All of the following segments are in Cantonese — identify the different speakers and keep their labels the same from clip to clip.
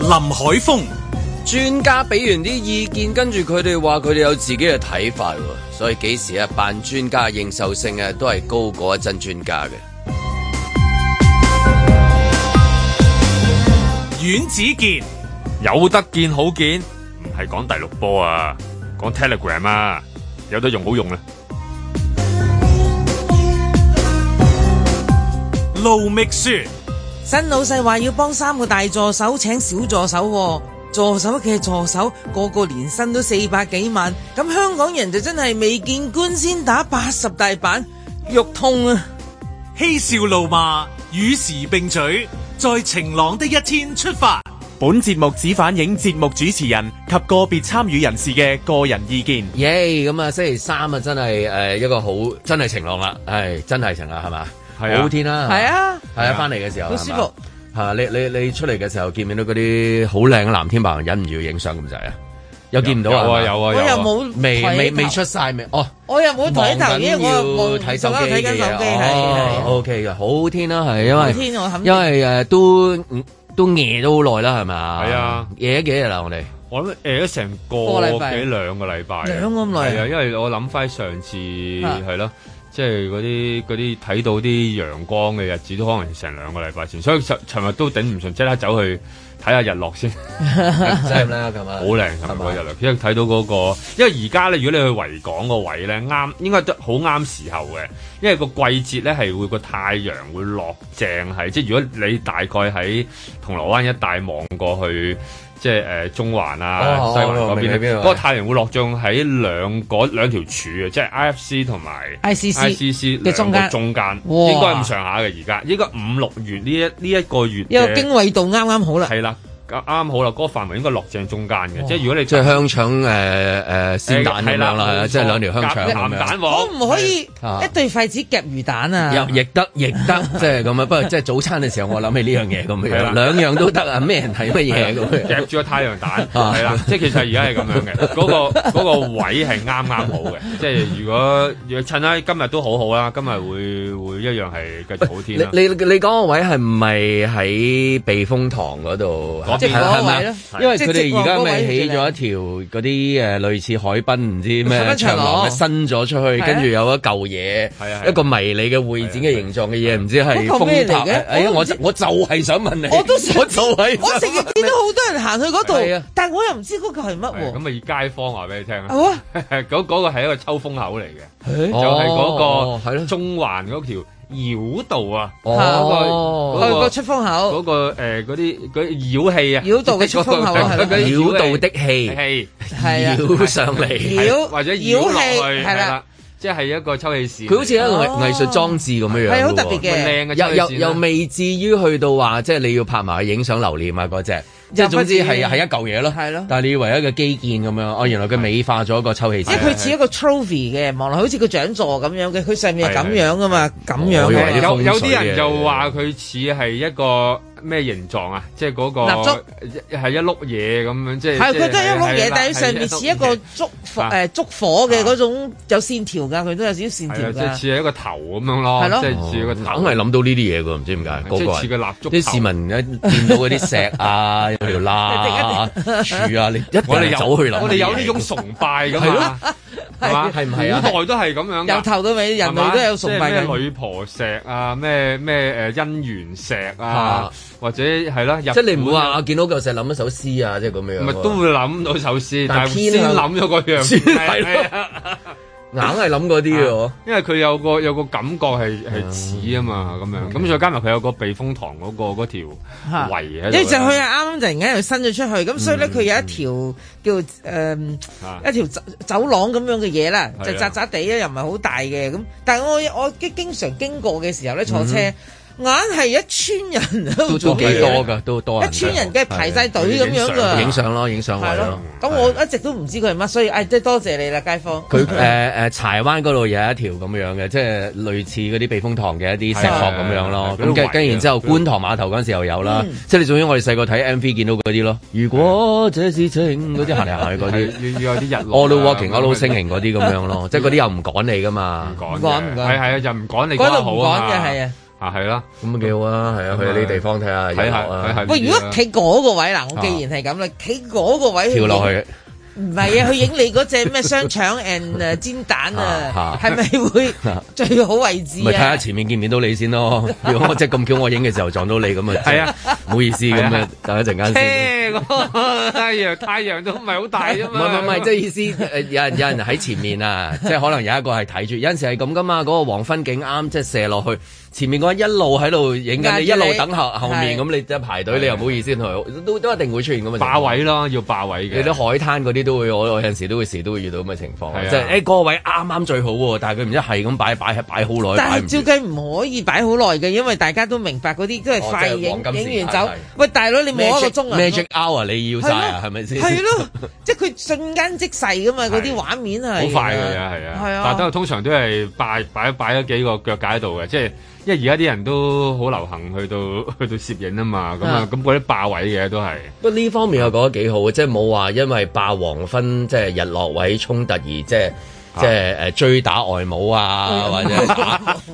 Speaker 1: 林海峰。
Speaker 2: 專家俾完啲意見，跟住佢哋話佢哋有自己嘅睇法喎，所以幾時啊扮專家認受性啊都係高過真專家嘅。
Speaker 1: 阮子健，
Speaker 3: 有得見好見，唔係講第六波啊，講 Telegram 啊，有得用好用啊。
Speaker 1: 盧覓雪，
Speaker 4: 新老細話要幫三個大助手請小助手喎，助手嘅助手個個年薪都四百幾萬，咁香港人就真係未見官先打八十大板，肉痛啊！
Speaker 1: 嬉笑怒罵，與時並舉，在晴朗的一天出發。
Speaker 5: 本節目只反映節目主持人及個別參與人士嘅個人意見。
Speaker 2: 耶！咁啊，星期三啊，真係誒一個好真係晴朗啦，係真係晴啦，係嘛？
Speaker 3: 係啊
Speaker 2: 好天啦，
Speaker 4: 係啊，
Speaker 2: 係啊，翻嚟嘅時候
Speaker 4: 好
Speaker 2: 係
Speaker 4: 舒
Speaker 2: 嘛
Speaker 4: 服。
Speaker 2: 係啊，你你你出嚟嘅時候見唔見到嗰啲好靚嘅藍天白雲，忍唔住要影相咁滯啊？又見唔到啊？係
Speaker 3: 有啊
Speaker 2: 嘛
Speaker 3: 有
Speaker 4: 我
Speaker 3: 啊有
Speaker 4: 又
Speaker 3: 啊。
Speaker 4: 冇
Speaker 2: 未
Speaker 4: 抬
Speaker 2: 未
Speaker 4: 頭
Speaker 2: 未出，晒未？哦。
Speaker 4: 我又冇抬頭，
Speaker 2: 忙緊
Speaker 4: 因為我又
Speaker 2: 要
Speaker 4: 冇
Speaker 2: 睇手機
Speaker 4: 仲喺度睇
Speaker 2: 嘅
Speaker 4: 緊
Speaker 2: 嘢
Speaker 4: 手機，係
Speaker 2: 哦
Speaker 4: 係。
Speaker 2: ，OK 嘅，好天啦，係因
Speaker 4: 好
Speaker 2: 為
Speaker 4: 天我肯定
Speaker 2: 因為誒都嗯都夜都好耐啦，係咪啊？
Speaker 3: 係啊，
Speaker 2: 夜咗幾日啦，我哋
Speaker 3: 我諗誒咗成
Speaker 4: 個
Speaker 3: 個
Speaker 4: 禮拜
Speaker 3: 幾兩個禮拜啊，
Speaker 4: 兩個咁耐啊
Speaker 3: 係啊，因為我諗翻上次
Speaker 4: 啊
Speaker 3: 係咯。即係嗰啲嗰啲睇到啲陽光嘅日子，都可能成兩個禮拜前，所以尋尋日都頂唔順，即刻走去睇下日落先。
Speaker 2: 真係 啦，咁啊，
Speaker 3: 好靚
Speaker 2: 係
Speaker 3: 咁
Speaker 2: 嘛
Speaker 3: 嗰日啦，因為睇到嗰、個，因為而家咧，如果你去維港個位咧，啱應該都好啱時候嘅，因為個季節咧係會個太陽會落正係，即係如果你大概喺銅鑼灣一帶望過去，即係誒、呃中環啊、
Speaker 2: 哦
Speaker 3: 西環嗰
Speaker 2: 我明
Speaker 3: 邊
Speaker 2: 你邊
Speaker 3: 咧，
Speaker 2: 個
Speaker 3: 嗰個太陽會落正喺兩嗰兩條柱啊，即係 IFC 同埋
Speaker 4: ICC
Speaker 3: ICC
Speaker 4: 嘅中間
Speaker 3: 兩個中間，
Speaker 4: 哇
Speaker 3: 應該咁上下嘅而家，應該五六月呢一呢一個月
Speaker 4: 一個
Speaker 3: 嘅
Speaker 4: 經緯度啱啱好啦，
Speaker 3: 係啦，啱啱好啦，嗰、個範圍應該落正中間嘅，即係如果你
Speaker 2: 哦即係香腸誒誒鮮蛋咁樣啦，即係兩條香腸
Speaker 3: 鹹
Speaker 2: 咁樣。
Speaker 3: 蛋
Speaker 4: 可
Speaker 3: 黃，
Speaker 4: 唔可以
Speaker 2: 啊
Speaker 4: 一對筷子夾魚蛋啊？
Speaker 2: 又亦得亦 得，即係咁啊！不過即係早餐嘅時候，我諗起呢樣嘢咁
Speaker 3: 係
Speaker 2: 樣，
Speaker 3: 啦
Speaker 2: 兩樣都得啊！咩人睇乜嘢咁樣？啊
Speaker 3: 夾住個太 陽蛋，係啦，即係其實而家係咁樣嘅，嗰、個嗰個位係啱啱好嘅，即係如果若趁啦，今日都好好啦，今日會會一樣係繼續好天啦。
Speaker 2: 你你你講個位係唔係喺避風塘嗰度？
Speaker 3: 嗰邊
Speaker 2: 係係咪啊
Speaker 4: 係
Speaker 2: 因為佢哋而家咪
Speaker 4: 即
Speaker 2: 起咗一
Speaker 4: 係直
Speaker 2: 條
Speaker 4: 落
Speaker 2: 嗰啲誒類似海濱唔知
Speaker 4: 海
Speaker 2: 咩
Speaker 4: 濱長
Speaker 2: 長廊
Speaker 4: 廊
Speaker 2: 嘅伸咗出去，
Speaker 4: 係啊
Speaker 2: 跟住有一嚿嘢
Speaker 3: 係啊，係啊
Speaker 2: 一個迷你嘅會展嘅形狀嘅嘢，唔知係
Speaker 4: 嗰個咩
Speaker 2: 風
Speaker 4: 嚟
Speaker 2: 塔。
Speaker 4: 嘅
Speaker 2: 哎呀，
Speaker 4: 我
Speaker 2: 我
Speaker 4: 唔知
Speaker 2: 就我就係想問你，
Speaker 4: 我都想
Speaker 2: 我就係
Speaker 4: 我
Speaker 2: 想
Speaker 4: 成日見到好多人行去嗰
Speaker 2: 係
Speaker 4: 度
Speaker 2: 啊，
Speaker 4: 但我又唔知嗰個係乜
Speaker 2: 哦
Speaker 3: 係
Speaker 4: 喎。
Speaker 3: 咁啊，以街坊話俾你聽啊，
Speaker 4: 好啊，
Speaker 3: 嗰 嗰個係一個抽風口嚟嘅，
Speaker 2: 就
Speaker 3: 就係嗰
Speaker 2: 哦係
Speaker 3: 個
Speaker 2: 咯，
Speaker 3: 中環嗰條繞道啊。嗰
Speaker 2: 哦
Speaker 3: 個
Speaker 4: 去個出風口
Speaker 3: 嗰、個誒嗰啲嗰啲妖氣啊，
Speaker 4: 繞 道嘅出風口啊係咯
Speaker 3: 嗰啲
Speaker 2: 繞道
Speaker 3: 氣
Speaker 2: 的氣
Speaker 3: 氣，
Speaker 4: 係啊，
Speaker 2: 繞上嚟。
Speaker 4: 妖
Speaker 3: 或者
Speaker 4: 妖
Speaker 3: 繞落
Speaker 4: 氣
Speaker 3: 去
Speaker 4: 係
Speaker 3: 係
Speaker 4: 啦，
Speaker 3: 啦，即係一個抽氣扇。
Speaker 2: 佢好似一個藝
Speaker 4: 哦
Speaker 2: 藝術裝置咁樣樣
Speaker 4: 係好
Speaker 2: 㗎
Speaker 4: 特
Speaker 2: 喎
Speaker 4: 別嘅
Speaker 3: 咪靚嘅
Speaker 2: 又
Speaker 3: 抽
Speaker 2: 又
Speaker 3: 氣
Speaker 2: 又
Speaker 3: 扇啦。
Speaker 2: 未至於去到話，即係你要拍埋去影相留念啊嗰只，即係總之
Speaker 4: 又不至於
Speaker 2: 係係一嚿嘢咯。
Speaker 4: 係咯
Speaker 2: 但係你以為一個基建咁樣，哦，原來佢美化咗個抽氣
Speaker 4: 即係
Speaker 2: 扇。
Speaker 4: 佢似一個 trophy 嘅，望落好似個獎座咁樣嘅，佢上面係咁樣噶嘛，咁
Speaker 2: 我
Speaker 4: 樣
Speaker 2: 以為
Speaker 4: 嘅
Speaker 2: 啲
Speaker 3: 有
Speaker 2: 風
Speaker 3: 有
Speaker 2: 水
Speaker 3: 啲人
Speaker 2: 嘅
Speaker 3: 就話佢似係一個咩形狀啊？即係嗰個
Speaker 4: 蠟燭
Speaker 3: 一係一碌嘢咁樣，即係
Speaker 4: 係
Speaker 3: 即
Speaker 4: 佢都係一碌
Speaker 3: 係
Speaker 4: 嘢
Speaker 3: 啦，
Speaker 4: 但係佢上
Speaker 3: 係
Speaker 4: 面似一個燭火
Speaker 3: 啊
Speaker 4: 誒燭火嘅嗰種有線條㗎，佢都有少少線條
Speaker 3: 係啊，即係
Speaker 4: 㗎。
Speaker 3: 似係一個頭咁樣咯，
Speaker 4: 係咯
Speaker 3: 即
Speaker 2: 哦
Speaker 3: 係似個頭
Speaker 2: 硬係諗到呢啲嘢㗎，唔知點解個
Speaker 3: 即係
Speaker 2: 個
Speaker 3: 似
Speaker 2: 人
Speaker 3: 個蠟燭頭。
Speaker 2: 啲市民一見到嗰啲石 啊、有條罅啊、柱啊，你一
Speaker 3: 我哋
Speaker 2: 定
Speaker 3: 有
Speaker 2: 走去諗。
Speaker 3: 我哋有呢種崇拜噶嘛，係嘛？
Speaker 2: 係唔係啊
Speaker 3: 古代都係咁樣㗎。
Speaker 4: 由頭到尾，人類都有崇拜
Speaker 3: 係嘛即係咩
Speaker 4: 緊。
Speaker 3: 女婆石啊，咩咩誒姻緣石
Speaker 2: 啊
Speaker 3: 啊，或者係啦，即
Speaker 2: 即係你唔會話啊見到嚿石諗一首詩啊，即係咁樣喎。
Speaker 3: 咪都會諗到首詩，
Speaker 2: 但係
Speaker 3: 但係
Speaker 2: 偏
Speaker 3: 先
Speaker 2: 向
Speaker 3: 諗咗個樣，
Speaker 2: 先係
Speaker 3: 係
Speaker 2: 咯
Speaker 3: 啊
Speaker 2: 硬係諗嗰啲嘅喎。嗯
Speaker 3: 因為佢有個有個感覺係係似啊嘛咁樣，咁再加埋佢有個避風塘嗰個嗰條
Speaker 4: 嚇
Speaker 3: 圍喺啊
Speaker 4: 因
Speaker 3: 度
Speaker 4: 為就
Speaker 2: 啊
Speaker 4: 佢係啱啱突然間又伸咗出去，咁所以咧佢有一條叫誒
Speaker 3: 啊
Speaker 4: 一條走走廊咁樣嘅嘢啦，
Speaker 3: 係啊
Speaker 4: 就窄窄地咧，又唔係好大嘅咁。但係我我經常經過嘅時候咧，坐車硬係一村人
Speaker 2: 都都幾
Speaker 3: 啊
Speaker 2: 多㗎，都多
Speaker 4: 一
Speaker 2: 人㗎。
Speaker 4: 村人嘅排晒隊咁樣
Speaker 3: 係
Speaker 4: 㗎
Speaker 2: 影。相咯，影相位
Speaker 4: 係
Speaker 2: 咯
Speaker 4: 咯。，咁我一直都唔知佢係乜，所以誒，即係多謝你啦，街坊。
Speaker 2: 佢誒誒柴灣嗰度有一條咁樣嘅，即係類似嗰啲避風塘嘅一啲石殼咁樣咯。
Speaker 3: 嗯係係係
Speaker 2: 咁跟
Speaker 3: 嗰啲圍啊嗯
Speaker 2: 跟然之後，觀塘碼頭嗰陣時又有啦。即係你總之我哋細個睇 MV 見到嗰啲咯。如果這是情嗰啲行嚟行去嗰啲
Speaker 3: 係要要有啲日落啊嗯
Speaker 2: ，all walking all singing 嗰啲咁樣咯。即係嗰啲又唔趕你噶嘛。
Speaker 3: 唔趕
Speaker 4: 唔趕唔
Speaker 3: 嘅，
Speaker 4: 趕
Speaker 3: 係係啊，就唔趕你
Speaker 4: 嗰
Speaker 3: 講
Speaker 4: 度
Speaker 3: 得
Speaker 4: 唔
Speaker 3: 好
Speaker 4: 講
Speaker 3: 啊
Speaker 4: 嘅
Speaker 3: 嘛
Speaker 4: 係啊，
Speaker 3: 啊係啦，
Speaker 2: 咁幾好啊，係啊，去呢啲地方睇下
Speaker 3: 睇
Speaker 2: 睇下
Speaker 3: 下睇下
Speaker 2: 啊，
Speaker 3: 呢啲啦。
Speaker 4: 喂，如果企嗰個位嗱，我既然係咁啦，企嗰個位
Speaker 2: 跳落去，
Speaker 4: 影，唔係啊，去影你嗰隻 咩香腸 and 誒煎蛋啊
Speaker 2: 啊，
Speaker 4: 係咪會啊最好位置
Speaker 2: 咪睇下
Speaker 4: 啊？
Speaker 2: 前面見唔見到你先 咯。如果我即係咁巧我影嘅時候撞到你咁啊，
Speaker 3: 係啊，
Speaker 2: 唔好意思咁
Speaker 3: 係
Speaker 2: 啊
Speaker 3: 啊，
Speaker 2: 等一陣間先。
Speaker 3: 車 個太陽哎太陽都唔係好大啫
Speaker 2: 唔
Speaker 3: 嘛。
Speaker 2: 係唔係，即係意思誒有人有人喺前 面啊，即係可能有一個係睇住，有陣時係咁噶嘛，嗰、個黃昏景啱即係射落去，前面嗰個一路喺度影緊你，一
Speaker 4: 壓住你
Speaker 2: 路等後後面
Speaker 4: 係
Speaker 2: 咁，你即係排隊，你又唔好意思同佢，都都一定會出現咁嘅情況
Speaker 3: 霸。位咯，要霸位
Speaker 4: 啊
Speaker 2: 你
Speaker 3: 嘅。
Speaker 2: 啲海灘嗰啲都會，我我有陣時都會時都會遇到咁嘅情況
Speaker 3: 係，啊
Speaker 2: 即係哎誒嗰個位啱啱最好喎，但係佢唔知係咁擺擺擺好耐，擺
Speaker 4: 但
Speaker 2: 唔
Speaker 4: 係照
Speaker 2: 住
Speaker 4: 計唔可以擺好耐嘅，因為大家都明白嗰啲都係
Speaker 2: 哦
Speaker 4: 快
Speaker 2: 即係
Speaker 4: 影
Speaker 2: 黃金時間
Speaker 4: 影完走
Speaker 2: 係。
Speaker 4: 喂，大佬你摸一個
Speaker 2: Magic
Speaker 4: 鐘啊
Speaker 2: Magic Hour 你要
Speaker 4: 係
Speaker 2: 晒
Speaker 4: 咯
Speaker 2: 啊，係咪先？
Speaker 4: 係 咯，即係佢瞬間即逝噶嘛，嗰啲
Speaker 3: 係
Speaker 4: 畫面
Speaker 3: 好
Speaker 4: 係
Speaker 3: 快嘅啫，係
Speaker 4: 係
Speaker 3: 啊，但都
Speaker 4: 啊，
Speaker 3: 通常都係擺擺擺咗幾個腳架喺度嘅，即係因為而家啲人都好流行去到 去到攝影啊嘛，咁啊
Speaker 4: 啊
Speaker 3: 咁嗰啲霸位嘅都係，
Speaker 2: 不過呢方面我覺得幾好嘅，即係冇話因為霸黃昏即係日落位衝突而即係。
Speaker 3: 啊
Speaker 2: 即係誒追打外母 啊，或者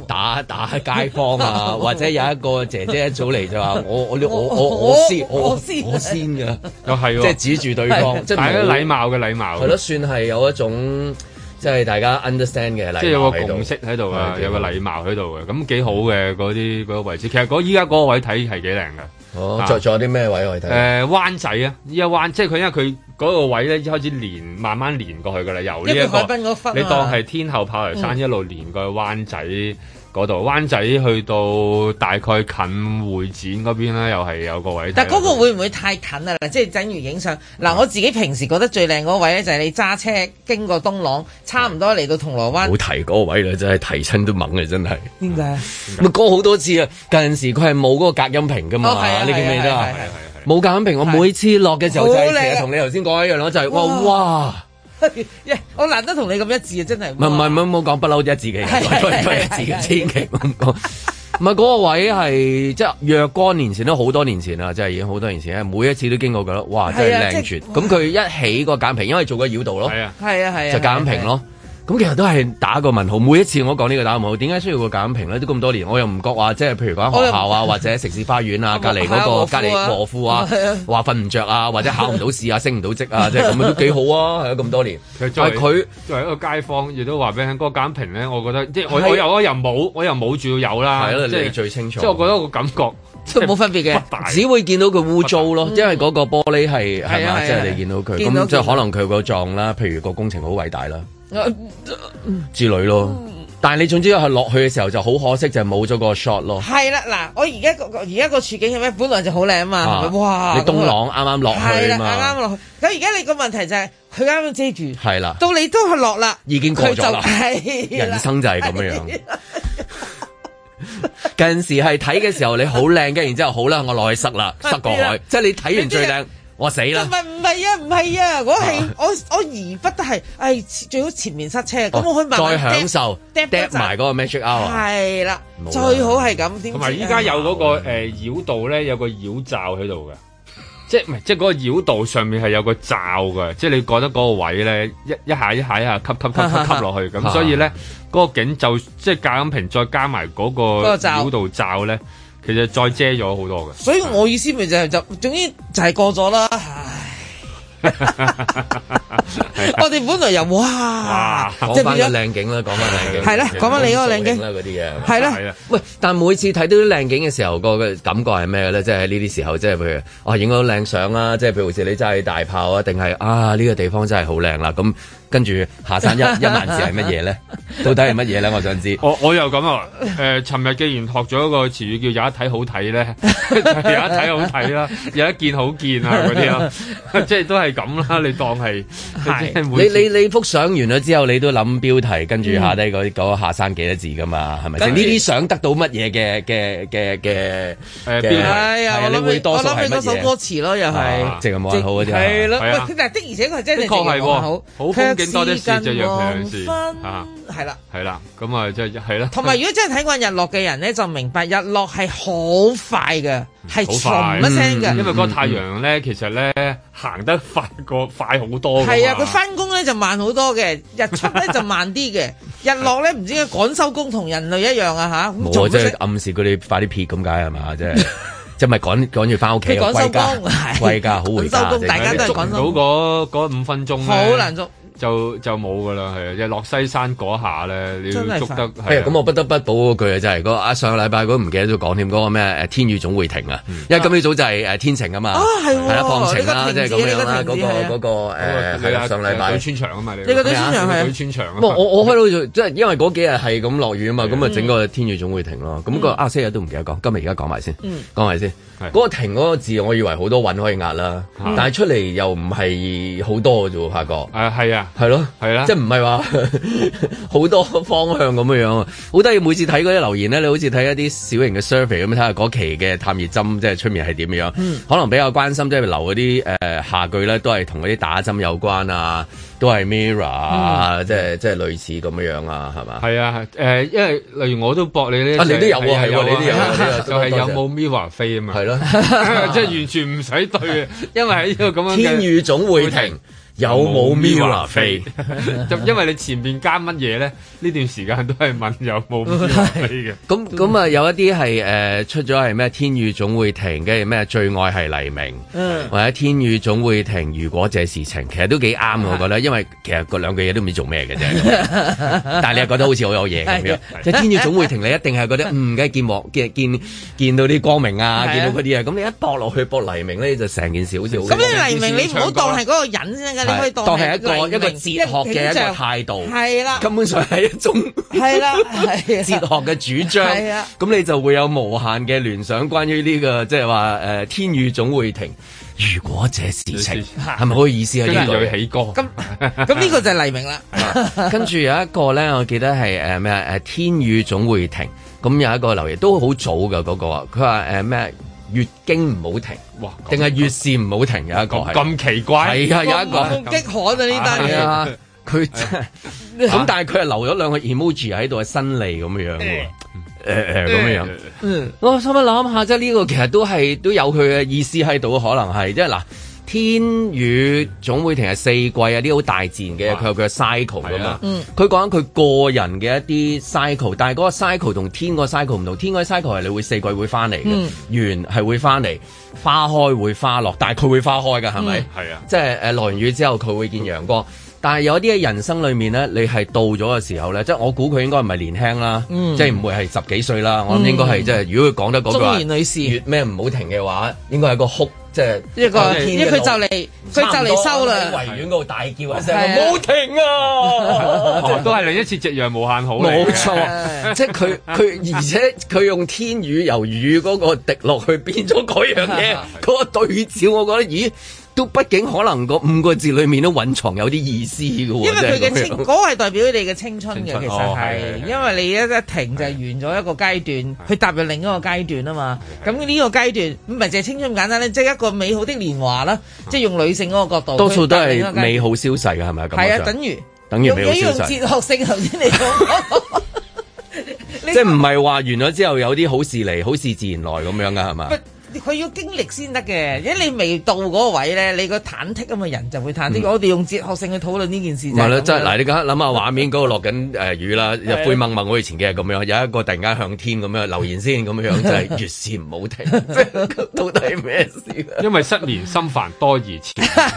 Speaker 2: 打打打街坊啊，或者有一個姐姐一早嚟就話我我我我我先我
Speaker 4: 我
Speaker 2: 我
Speaker 4: 我
Speaker 2: 先
Speaker 4: 先
Speaker 2: 我先㗎，
Speaker 3: 又啊係
Speaker 2: 即
Speaker 3: 喎
Speaker 2: 係，指住對 方，即係
Speaker 3: 但係啲
Speaker 2: 冇
Speaker 3: 禮貌嘅禮貌
Speaker 2: 係，咯，算係有一種即係大家 understand 嘅禮貌
Speaker 3: 即係有個
Speaker 2: 喺度
Speaker 3: 共識喺度啊，
Speaker 2: 係
Speaker 3: 有個禮貌喺度嘅，咁幾好嘅嗰啲嗰個位置。其實嗰依家嗰個位睇係幾靚嘅。
Speaker 2: 哦
Speaker 3: 啊，
Speaker 2: 再仲有啲咩位我哋
Speaker 3: 誒、
Speaker 2: 睇？
Speaker 3: 灣仔啊，依家灣即係佢因為佢嗰個位咧開始連慢慢連過去噶啦，由呢、
Speaker 4: 因
Speaker 3: 一
Speaker 4: 為
Speaker 3: 個
Speaker 4: 海濱嗰忽啊嘛
Speaker 3: 你當係天后炮台山一路連過去灣仔嗰度，灣仔去到大概近會展嗰邊咧，又係有個位睇。
Speaker 4: 但嗰個會唔會太近啊？嗱，即係正如影相
Speaker 2: 嗯
Speaker 4: 嗱，我自己平時覺得最靚嗰位啊咧，就係你揸車經過東朗，差唔多嚟到銅鑼灣
Speaker 2: 冇，提嗰個位啦，真係提親都猛啊，真係。
Speaker 4: 點解？
Speaker 2: 咪講好多次啊！近時佢係冇嗰個隔音屏噶嘛
Speaker 4: 哦係啊，
Speaker 2: 你記唔記得
Speaker 4: 係
Speaker 2: 啊
Speaker 4: 啊係啊係啊？
Speaker 2: 冇隔音屏，我每次落嘅時候就係
Speaker 4: 好靚啊
Speaker 2: 其實同你頭先講一樣咯，就
Speaker 4: 啊
Speaker 2: 係哇哇，
Speaker 4: 我難得同你咁一致啊，真係。
Speaker 2: 唔係唔係唔好講不嬲一字嘅，
Speaker 4: 係係
Speaker 2: 不嬲一字嘅，千祈唔好講。唔係嗰個位係即係若干年前都好多年前啦，即係已經好多年前，每一次都經過覺得哇真
Speaker 4: 係啊
Speaker 2: 係靚
Speaker 4: 即係
Speaker 2: 絕。咁佢一起個隔音屏，因為做個繞道咯。
Speaker 3: 係啊，
Speaker 4: 係啊係啊，
Speaker 2: 就減
Speaker 4: 係
Speaker 2: 平
Speaker 4: 啊。
Speaker 2: 咯。咁其實都係打個問號，每一次我講呢個打個問號，點解需要個減平咧？都咁多年，我又唔覺話，即係譬如講學校啊， 或者城市花園啊，
Speaker 4: 我
Speaker 2: 隔
Speaker 4: 又
Speaker 2: 離嗰個
Speaker 4: 係啊
Speaker 2: 隔離和
Speaker 4: 和
Speaker 2: 富
Speaker 4: 富
Speaker 2: 啊
Speaker 4: 啊，
Speaker 2: 話瞓唔着啊，或者考唔到試啊，升唔到職啊，即係咁樣都 幾好啊，係啊，咁多年。
Speaker 3: 佢作
Speaker 2: 但係
Speaker 3: 為
Speaker 2: 佢
Speaker 3: 作為一個街坊，亦都話俾你聽，嗰、個減平咧，我覺得即係我
Speaker 2: 係
Speaker 3: 我又我又冇，我又冇住有啦，
Speaker 2: 係咯，
Speaker 3: 即
Speaker 2: 你
Speaker 3: 係
Speaker 2: 最清楚。
Speaker 3: 即係我覺得個感覺
Speaker 4: 佢冇分別嘅
Speaker 3: 不大
Speaker 2: 只會見到佢污糟 咯，因為嗰個玻璃係係
Speaker 4: 係啊
Speaker 2: 嘛，
Speaker 4: 係啊
Speaker 2: 即係你見到佢
Speaker 4: 見到
Speaker 2: 咁，即
Speaker 4: 見
Speaker 2: 係可
Speaker 4: 到
Speaker 2: 能佢個狀啦，譬如個工程好偉大啦。
Speaker 4: 我
Speaker 2: 之類咯。
Speaker 4: 嗯
Speaker 2: 但係你總之係落去嘅時候就好可惜，就係冇咗個 shot 咯。
Speaker 4: 係啦，嗱，我而家個個而家個處境係咩？本來就好靚啊嘛，係咪？哇！
Speaker 2: 你東朗啱啱落
Speaker 4: 係
Speaker 2: 去
Speaker 4: 啦，
Speaker 2: 啊嘛
Speaker 4: 啱啱，落去。咁而家你個問題就係佢啱啱遮住，
Speaker 2: 係啦，
Speaker 4: 到你都係落啦，
Speaker 2: 啊已經過
Speaker 4: 佢就
Speaker 2: 咗啦。
Speaker 4: 係啦
Speaker 2: 人生就係咁樣樣。近時係睇嘅時候你好靚嘅，然之後好啦，我落去塞啦，塞 個
Speaker 4: 係
Speaker 2: 海
Speaker 4: 啦，
Speaker 2: 即係你睇完最
Speaker 4: 你知啊
Speaker 2: 靚，我死
Speaker 4: 唔
Speaker 2: 啦。
Speaker 4: 係唔係啊，唔係啊，我係我我而不得係，唉，最好前面塞車，咁我可以慢
Speaker 2: 再
Speaker 4: 慢
Speaker 2: 享受
Speaker 4: dab- dab
Speaker 2: 嗒
Speaker 4: 一陣
Speaker 2: 埋嗰個 magic hour，
Speaker 4: 係啦，
Speaker 2: 冇
Speaker 4: 最
Speaker 2: 啦
Speaker 4: 好係咁。點
Speaker 3: 同埋
Speaker 4: 知
Speaker 3: 依
Speaker 4: 啊
Speaker 3: 家有嗰、個誒、呃、繞道咧，有個繞罩喺度嘅，即係唔係即係嗰個繞道上面係有個罩嘅，即係你覺得嗰個位咧一一下一下一下吸吸吸吸吸落去，咁所以咧嗰、個景就即係隔音屏再加埋嗰個
Speaker 4: 個罩
Speaker 3: 繞道罩咧，其實再遮咗好多嘅。
Speaker 4: 所以我意思咪就係就，總之就係過咗啦。唉， 我哋本來又哇，即
Speaker 2: 啊講
Speaker 4: 係
Speaker 2: 翻
Speaker 4: 變
Speaker 2: 個
Speaker 4: 咗
Speaker 2: 靚景啦，講翻靚景。啊
Speaker 4: 係啦，講翻你嗰個靚
Speaker 2: 啦
Speaker 4: 景，
Speaker 2: 嗰啲嘢係嘛。
Speaker 4: 係啦，
Speaker 3: 係啊，
Speaker 2: 喂，但每次睇到啲靚景嘅時候，個嘅感覺係咩咧？即係喺呢啲時候，即係譬如啊，影到靚相啦，即係譬如好似你揸起大炮啊，定係啊呢個地方真係好靚啦。咁跟住下山一一萬字係乜嘢咧？ 到底係乜嘢咧？我想知。
Speaker 3: 我我又咁啊！誒、尋日既然學咗一個詞語叫有一睇好 睇咧，就有一睇好睇啦，有一見好見啊嗰啲 啦，即係都係咁啦。你當係
Speaker 4: 係
Speaker 3: 即係
Speaker 2: 你
Speaker 3: 每次
Speaker 2: 你你幅相完咗之後，你都諗標題，跟住
Speaker 4: 嗯
Speaker 2: 下低嗰嗰個下山幾多字噶嘛？係咪先？
Speaker 3: 跟
Speaker 2: 呢
Speaker 3: 住
Speaker 2: 啲想得到乜嘢嘅嘅嘅嘅
Speaker 3: 誒
Speaker 2: 嘅
Speaker 3: 標題
Speaker 4: 哎呀，
Speaker 2: 係啊
Speaker 4: 我
Speaker 2: 你會
Speaker 4: 諗起
Speaker 2: 多
Speaker 4: 我
Speaker 2: 數係
Speaker 4: 諗起
Speaker 2: 乜
Speaker 4: 嗰首
Speaker 2: 嘢
Speaker 4: 歌詞咯，又係
Speaker 2: 啊。，淨係冇人好嗰啲啊
Speaker 4: 係咯，
Speaker 3: 係啊
Speaker 4: 喂，但係的而且確真係
Speaker 3: 的確
Speaker 4: 淨
Speaker 3: 係喎
Speaker 4: 係好
Speaker 3: 好風景多的是這樣
Speaker 4: 卻
Speaker 3: 樣事
Speaker 4: 是近黃
Speaker 3: 啊
Speaker 4: 昏係啦。
Speaker 3: 係啦，咁 啊即係係啦，
Speaker 4: 同埋如果真係睇慣日落嘅人咧，就明白日落係好快嘅，係
Speaker 3: 嗯好
Speaker 4: 嘈
Speaker 3: 快嗯
Speaker 4: 一聲
Speaker 3: 因為
Speaker 4: 嘅。嗯
Speaker 3: 嗰個太陽咧，其實咧行得快過快好多㗎嘛。
Speaker 4: 係啊，佢翻工咧就慢好多嘅，日出咧就慢啲 嘅，日落咧唔知佢趕收工同人類一樣啊吓，咁
Speaker 2: 冇
Speaker 4: 仲
Speaker 2: 啊，即
Speaker 4: 識
Speaker 2: 係暗示佢哋快啲撇咁解係嘛？即係 即係咪趕趕住翻屋企
Speaker 4: 佢
Speaker 2: 啊？
Speaker 4: 趕收
Speaker 2: 歸家
Speaker 4: 工，係
Speaker 2: 歸家好回 家
Speaker 4: 趕收工
Speaker 2: 即係
Speaker 4: 大家都係
Speaker 3: 捉
Speaker 4: 趕
Speaker 3: 唔到
Speaker 4: 收
Speaker 3: 嗰嗰五分鐘呢
Speaker 4: 好難捉，
Speaker 3: 就就冇噶啦，係啊，即係落西山嗰下咧，你
Speaker 4: 真
Speaker 3: 要
Speaker 4: 係
Speaker 3: 捉得
Speaker 2: 哎呀
Speaker 3: 係啊
Speaker 2: 咁我不得不補嗰句啊，就係嗰個啊上個禮拜嗰個唔記得咗講添嗰個咩誒天雨總會停啊，
Speaker 3: 嗯
Speaker 2: 因為今朝早就係誒天晴啊嘛，
Speaker 4: 啊係喎
Speaker 2: 啦放晴啦，
Speaker 4: 呢
Speaker 2: 即
Speaker 4: 個
Speaker 2: 係
Speaker 4: 停止
Speaker 2: 咁樣啦，
Speaker 4: 呢個
Speaker 2: 嗰
Speaker 4: 停止係啊
Speaker 2: 個嗰個誒係啦上禮拜
Speaker 3: 啊對。穿牆啊嘛，你
Speaker 4: 你個對穿牆係啊
Speaker 3: 對穿牆啊
Speaker 2: 唔係
Speaker 3: 嘛，
Speaker 2: 我我開到就即係因為嗰幾日係咁落雨啊嘛，
Speaker 3: 係啊嗯
Speaker 2: 咁啊整個天雨總會停咯。咁個啊四日都唔記得講，今日而家講埋先，講埋先。
Speaker 3: 係
Speaker 2: 嗰個停嗰個字，我以為好多韻可以壓啦，但係出嚟又唔係好多嘅啫喎，發覺。
Speaker 3: 誒係啊，
Speaker 2: 係咯，
Speaker 3: 係啦
Speaker 2: 即係唔係話 好多方向咁樣樣啊，好得意。每次睇嗰啲留言咧，你好似睇一啲小型嘅 survey 咁，睇下嗰期嘅探熱針即係出面係點樣。
Speaker 3: 嗯
Speaker 2: 可能比較關心即係留嗰啲誒下句咧，都係同嗰啲打針有關啊，都係 mirror
Speaker 4: 嗯
Speaker 2: 啊，
Speaker 3: 嗯
Speaker 2: 即係即係類似咁樣樣啊，係嘛？
Speaker 3: 係啊，誒，因為例如我都搏你呢，
Speaker 2: 啊你都有喎
Speaker 3: 就係
Speaker 2: 係喎
Speaker 3: 啊
Speaker 2: 你都有啊
Speaker 3: 係啊
Speaker 2: 你都
Speaker 3: 就
Speaker 2: 有
Speaker 3: 係有
Speaker 2: 多
Speaker 3: 冇 Mirror 飛啊嘛，
Speaker 2: 係咯，
Speaker 3: 即係完全唔使對 啊，因為喺呢個咁樣嘅
Speaker 2: 天雨總會停，有冇 mirror 飛？
Speaker 3: 就因為你前邊加乜嘢咧？呢段時間都係問有冇 Mirror 飛嘅。
Speaker 2: 咁咁啊，有一啲係誒出咗係咩天雨總會停，跟住咩最愛係黎明。
Speaker 4: 嗯，
Speaker 2: 或者天雨總會停，如果這事情，其實都幾啱嘅，我覺得，因為其實嗰兩句嘢都唔知做咩 嘅啫。 但係你又覺得好似好有嘢咁樣，即係天雨總會停，你一定係 覺得嗯，梗係見幕見見見到啲光明啊，
Speaker 4: 係啊
Speaker 2: 見到嗰啲啊，咁你一搏落去搏黎明咧，就成件事好似好。
Speaker 4: 咁你黎明你唔好當係嗰個人先㗎，你可以當
Speaker 2: 係一個
Speaker 4: 黎明
Speaker 2: 一個哲學嘅一個態度，
Speaker 4: 係啦，
Speaker 2: 根本上係一種
Speaker 4: 係啦，係啊
Speaker 2: 哲學嘅 主張。
Speaker 4: 係啊
Speaker 2: 咁你就會有無限嘅聯想，關於呢個即係話誒天雨總會停。如果這事情係咪好意思係
Speaker 3: 跟
Speaker 2: 呢
Speaker 3: 住
Speaker 2: 個？
Speaker 3: 佢起歌，
Speaker 4: 咁咁呢個就係黎明 啦，
Speaker 2: 哦跟住有一個咧，我記得係誒咩誒天雨總會停，咁有一個留言都好早噶嗰、個，佢話誒咩啊月經唔好停，
Speaker 3: 哇！
Speaker 2: 定係月事唔好停，有一個係
Speaker 3: 咁咁奇怪，
Speaker 2: 係啊，有一個
Speaker 4: 目擊可啊呢單
Speaker 2: 係
Speaker 4: 嘢。
Speaker 2: 啊，佢真係咁，但係佢係留咗兩個 emoji 喺度，係新嚟咁樣喎。
Speaker 4: 啊
Speaker 2: 誒誒咁樣樣，嗯，我心諗諗下，即係呢個其實都係都有佢嘅意思喺度，可能係即係嗱，天雨總會停係四季啊，呢啲好大自然嘅，佢有佢嘅 cycle 噶
Speaker 3: 啊係
Speaker 2: 嘛
Speaker 3: 啊。
Speaker 2: 佢講緊佢個人嘅一啲 cycle，但係嗰個 cycle 同天嗰個 cycle 唔同，天嗰個 cycle 係你會四季會翻嚟
Speaker 3: 嗯
Speaker 2: 嘅，圓係會翻嚟，花開會花落，但係佢會花開㗎，係咪？
Speaker 3: 係啊，
Speaker 2: 即係呃誒落完雨之後佢會見陽光。但係有啲嘅人生裏面咧，你係到咗嘅時候咧，即係我估佢應該唔係年輕啦，即係唔會係十幾歲啦。我諗應該係即係，如果佢講得嗰
Speaker 4: 嗯
Speaker 2: 句話
Speaker 4: 中年女士
Speaker 2: 越咩唔好停嘅話，應該係個哭，即係
Speaker 4: 一個，
Speaker 2: 即係
Speaker 4: 因為佢就嚟，佢就嚟收
Speaker 2: 喺
Speaker 4: 啦。
Speaker 2: 維園嗰度大叫一聲，
Speaker 4: 係啊
Speaker 2: 唔好停啊！
Speaker 3: 哦都係另一次夕陽無限好嚟嘅
Speaker 2: 冇 錯， 即係佢佢，而且佢用天雨由雨嗰個滴落去變咗嗰樣嘢， 嗰個對照，我覺得咦，都畢竟可能個五個字裏面都隱藏有啲意思嘅喎，
Speaker 4: 因為佢嘅
Speaker 2: 即係
Speaker 4: 青，
Speaker 2: 咁樣
Speaker 4: 嗰個係代表你嘅青春嘅，
Speaker 3: 青春
Speaker 4: 其
Speaker 3: 哦
Speaker 4: 實係
Speaker 3: 係係，係
Speaker 4: 因為你一一停就完咗一個階段，去踏入另一個階段啊嘛。咁呢個階段唔係淨係青春咁簡單咧，即係一個美好的年華啦，即係用女性嗰個角度，
Speaker 2: 啊多數都
Speaker 4: 去踏
Speaker 2: 係
Speaker 4: 入另一
Speaker 2: 美
Speaker 4: 個階
Speaker 2: 好消逝嘅，係咪啊？
Speaker 4: 段係啊，
Speaker 2: 等
Speaker 4: 等於
Speaker 2: 等於美好
Speaker 4: 用
Speaker 2: 消
Speaker 4: 用哲
Speaker 2: 逝，
Speaker 4: 學性頭先你講，
Speaker 2: 即係唔係話完咗之後有啲好事嚟，好事自然來咁樣㗎，係嘛？
Speaker 4: 不佢要經歷先得嘅，因為你未到嗰個位咧，你個忐忑啊嘛，人就會忐忑。我哋用哲學性去討論呢件事就係
Speaker 2: 嗯唔係
Speaker 4: 咁
Speaker 2: 啦，
Speaker 4: 樣，啊
Speaker 2: 即係嗱，你而家諗下畫面嗰度落緊誒雨啦，又灰蒙蒙，好似前幾日咁樣，有一個突然間向天咁樣留言先咁樣，就係越事唔好 停，即係到底係咩事啊？
Speaker 3: 因為失眠心煩多疑 潮，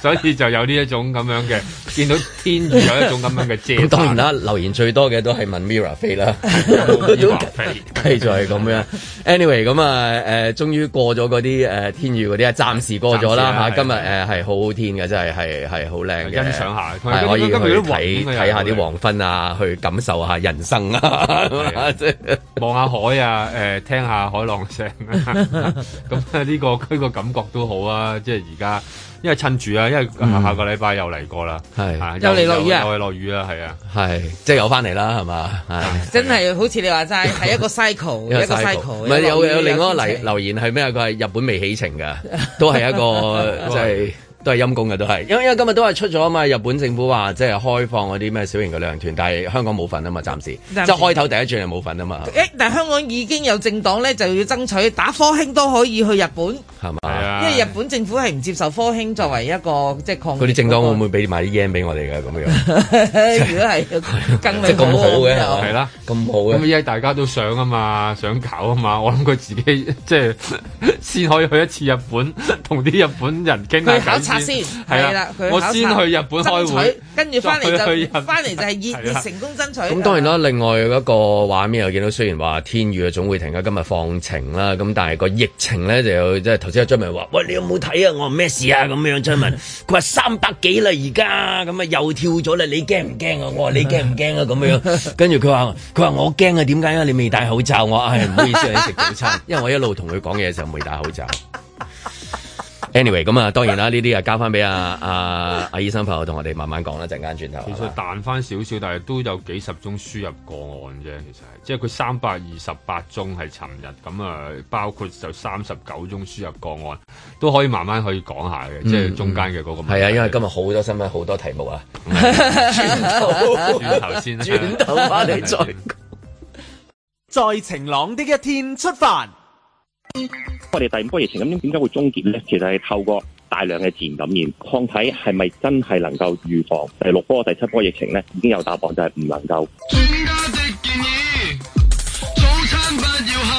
Speaker 3: 所以就有呢一種咁樣嘅，見到天宇有一種咁樣嘅遮
Speaker 2: 咁
Speaker 3: 擋。
Speaker 2: 當然啦，留言最多嘅都係問 Mira 飛 啦，
Speaker 3: 有冇呢個肥
Speaker 2: 繼續係咁樣。Anyway，咁啊誒，終於過咗嗰啲誒天雨嗰啲啊，暫時過咗啦嚇。
Speaker 3: 暫時啦啊
Speaker 2: 今日誒係好好天嘅，真係係係好靚嘅，
Speaker 3: 欣賞下
Speaker 2: 係可以
Speaker 3: 今日都
Speaker 2: 去睇
Speaker 3: 黃啊
Speaker 2: 睇下啲
Speaker 3: 又
Speaker 2: 黃昏啊，去感受下人生啊
Speaker 3: 啊，
Speaker 2: 即係
Speaker 3: 望下海啊，誒、聽下海浪聲啊， 咁啊呢個佢、個感覺都好啊，即係而家，因為趁住啊，因為下下個禮拜又嚟過啦，
Speaker 2: 嗯係
Speaker 3: 啊
Speaker 4: 又嚟落雨啊
Speaker 3: 又係落雨啦，係啊，
Speaker 2: 係即係有翻嚟啦，係嘛？係。
Speaker 4: 真係好似你話 齋，係一個 cycle，一個 cycle。
Speaker 2: 唔係有有另外一個
Speaker 4: 天
Speaker 2: 留
Speaker 4: 晴
Speaker 2: 留言係咩啊？佢係日本未起程㗎，都係一個即係都係陰公嘅，都係，因為因為今日都係出咗啊嘛，日本政府話即係開放嗰啲咩小型嘅旅行團，但係香港冇份啊嘛，暫時即
Speaker 4: 暫
Speaker 2: 係
Speaker 4: 時
Speaker 2: 開頭第一轉係冇份啊嘛，
Speaker 4: 誒，但香港已經有政黨咧，就要爭取打科興都可以去日本，
Speaker 2: 係
Speaker 3: 係
Speaker 2: 嘛？
Speaker 3: 啊，
Speaker 4: 因為日本政府係唔接受科興作為一個即係抗疫
Speaker 2: 嗰啲政黨會唔
Speaker 4: 嗰
Speaker 2: 會俾埋啲 yen 俾我哋嘅 咁樣？
Speaker 4: 個如果係 更
Speaker 2: 即係咁好嘅
Speaker 4: 啊咁就
Speaker 3: 係啦。
Speaker 2: 咁好
Speaker 3: 咁
Speaker 2: 嘅，
Speaker 3: 依家大家都想啊嘛，想搞啊嘛，我諗佢自己 即係先可以去一次日本，同啲日本人傾下偈
Speaker 4: 佢考察先，
Speaker 3: 係
Speaker 4: 係
Speaker 3: 啦
Speaker 4: 啦，，佢
Speaker 3: 我
Speaker 4: 考察
Speaker 3: 先去日本開
Speaker 4: 爭取
Speaker 3: 會，
Speaker 4: 跟住翻嚟
Speaker 3: 再去日
Speaker 4: 就
Speaker 3: 本
Speaker 4: 翻嚟就係熱
Speaker 3: 係啦
Speaker 4: 熱成功爭取。
Speaker 2: 咁當然啦，另外一個畫面又見到，雖然話天雨啊總會停啊，今日放晴啦，咁但係個疫情咧就有即係頭先阿張文話：喂，你有冇睇啊？我話咩事啊？咁樣張文，佢話三百幾啦而家，咁啊又跳咗啦，你驚唔驚啊？我 話你驚唔驚啊？咁 樣，跟住佢話佢話我驚啊，點解啊？你未戴口罩，我唉唔好意思啊，你食早 餐，因為我一路同佢講嘢嘅時候未戴口罩。anyway，咁啊當然啦，呢啲啊交翻俾阿阿阿醫生朋友同我哋慢慢講啦，陣間轉頭。
Speaker 3: 其
Speaker 2: 係嘛
Speaker 3: 實彈翻少少，但係都有幾十宗輸入個案啫。其實係，即係佢三百二十八宗係尋日咁啊，包括就三十九宗輸入個案，都可以慢慢可以講下嘅，即係中間嘅嗰個問題。
Speaker 2: 嗯係啊，因為今日好多新聞，好多題目 啊。
Speaker 3: 轉頭先啦，
Speaker 2: 轉頭翻嚟再講。
Speaker 5: 在晴朗的一天出發。
Speaker 6: 我哋第五波疫情咁點點解會終結呢？其實係透過大量嘅自然感染，抗體係咪真係能夠預防第六波、第七波疫情呢？已經有答案，就係唔能夠。
Speaker 7: 專家的建議，早餐不要狠。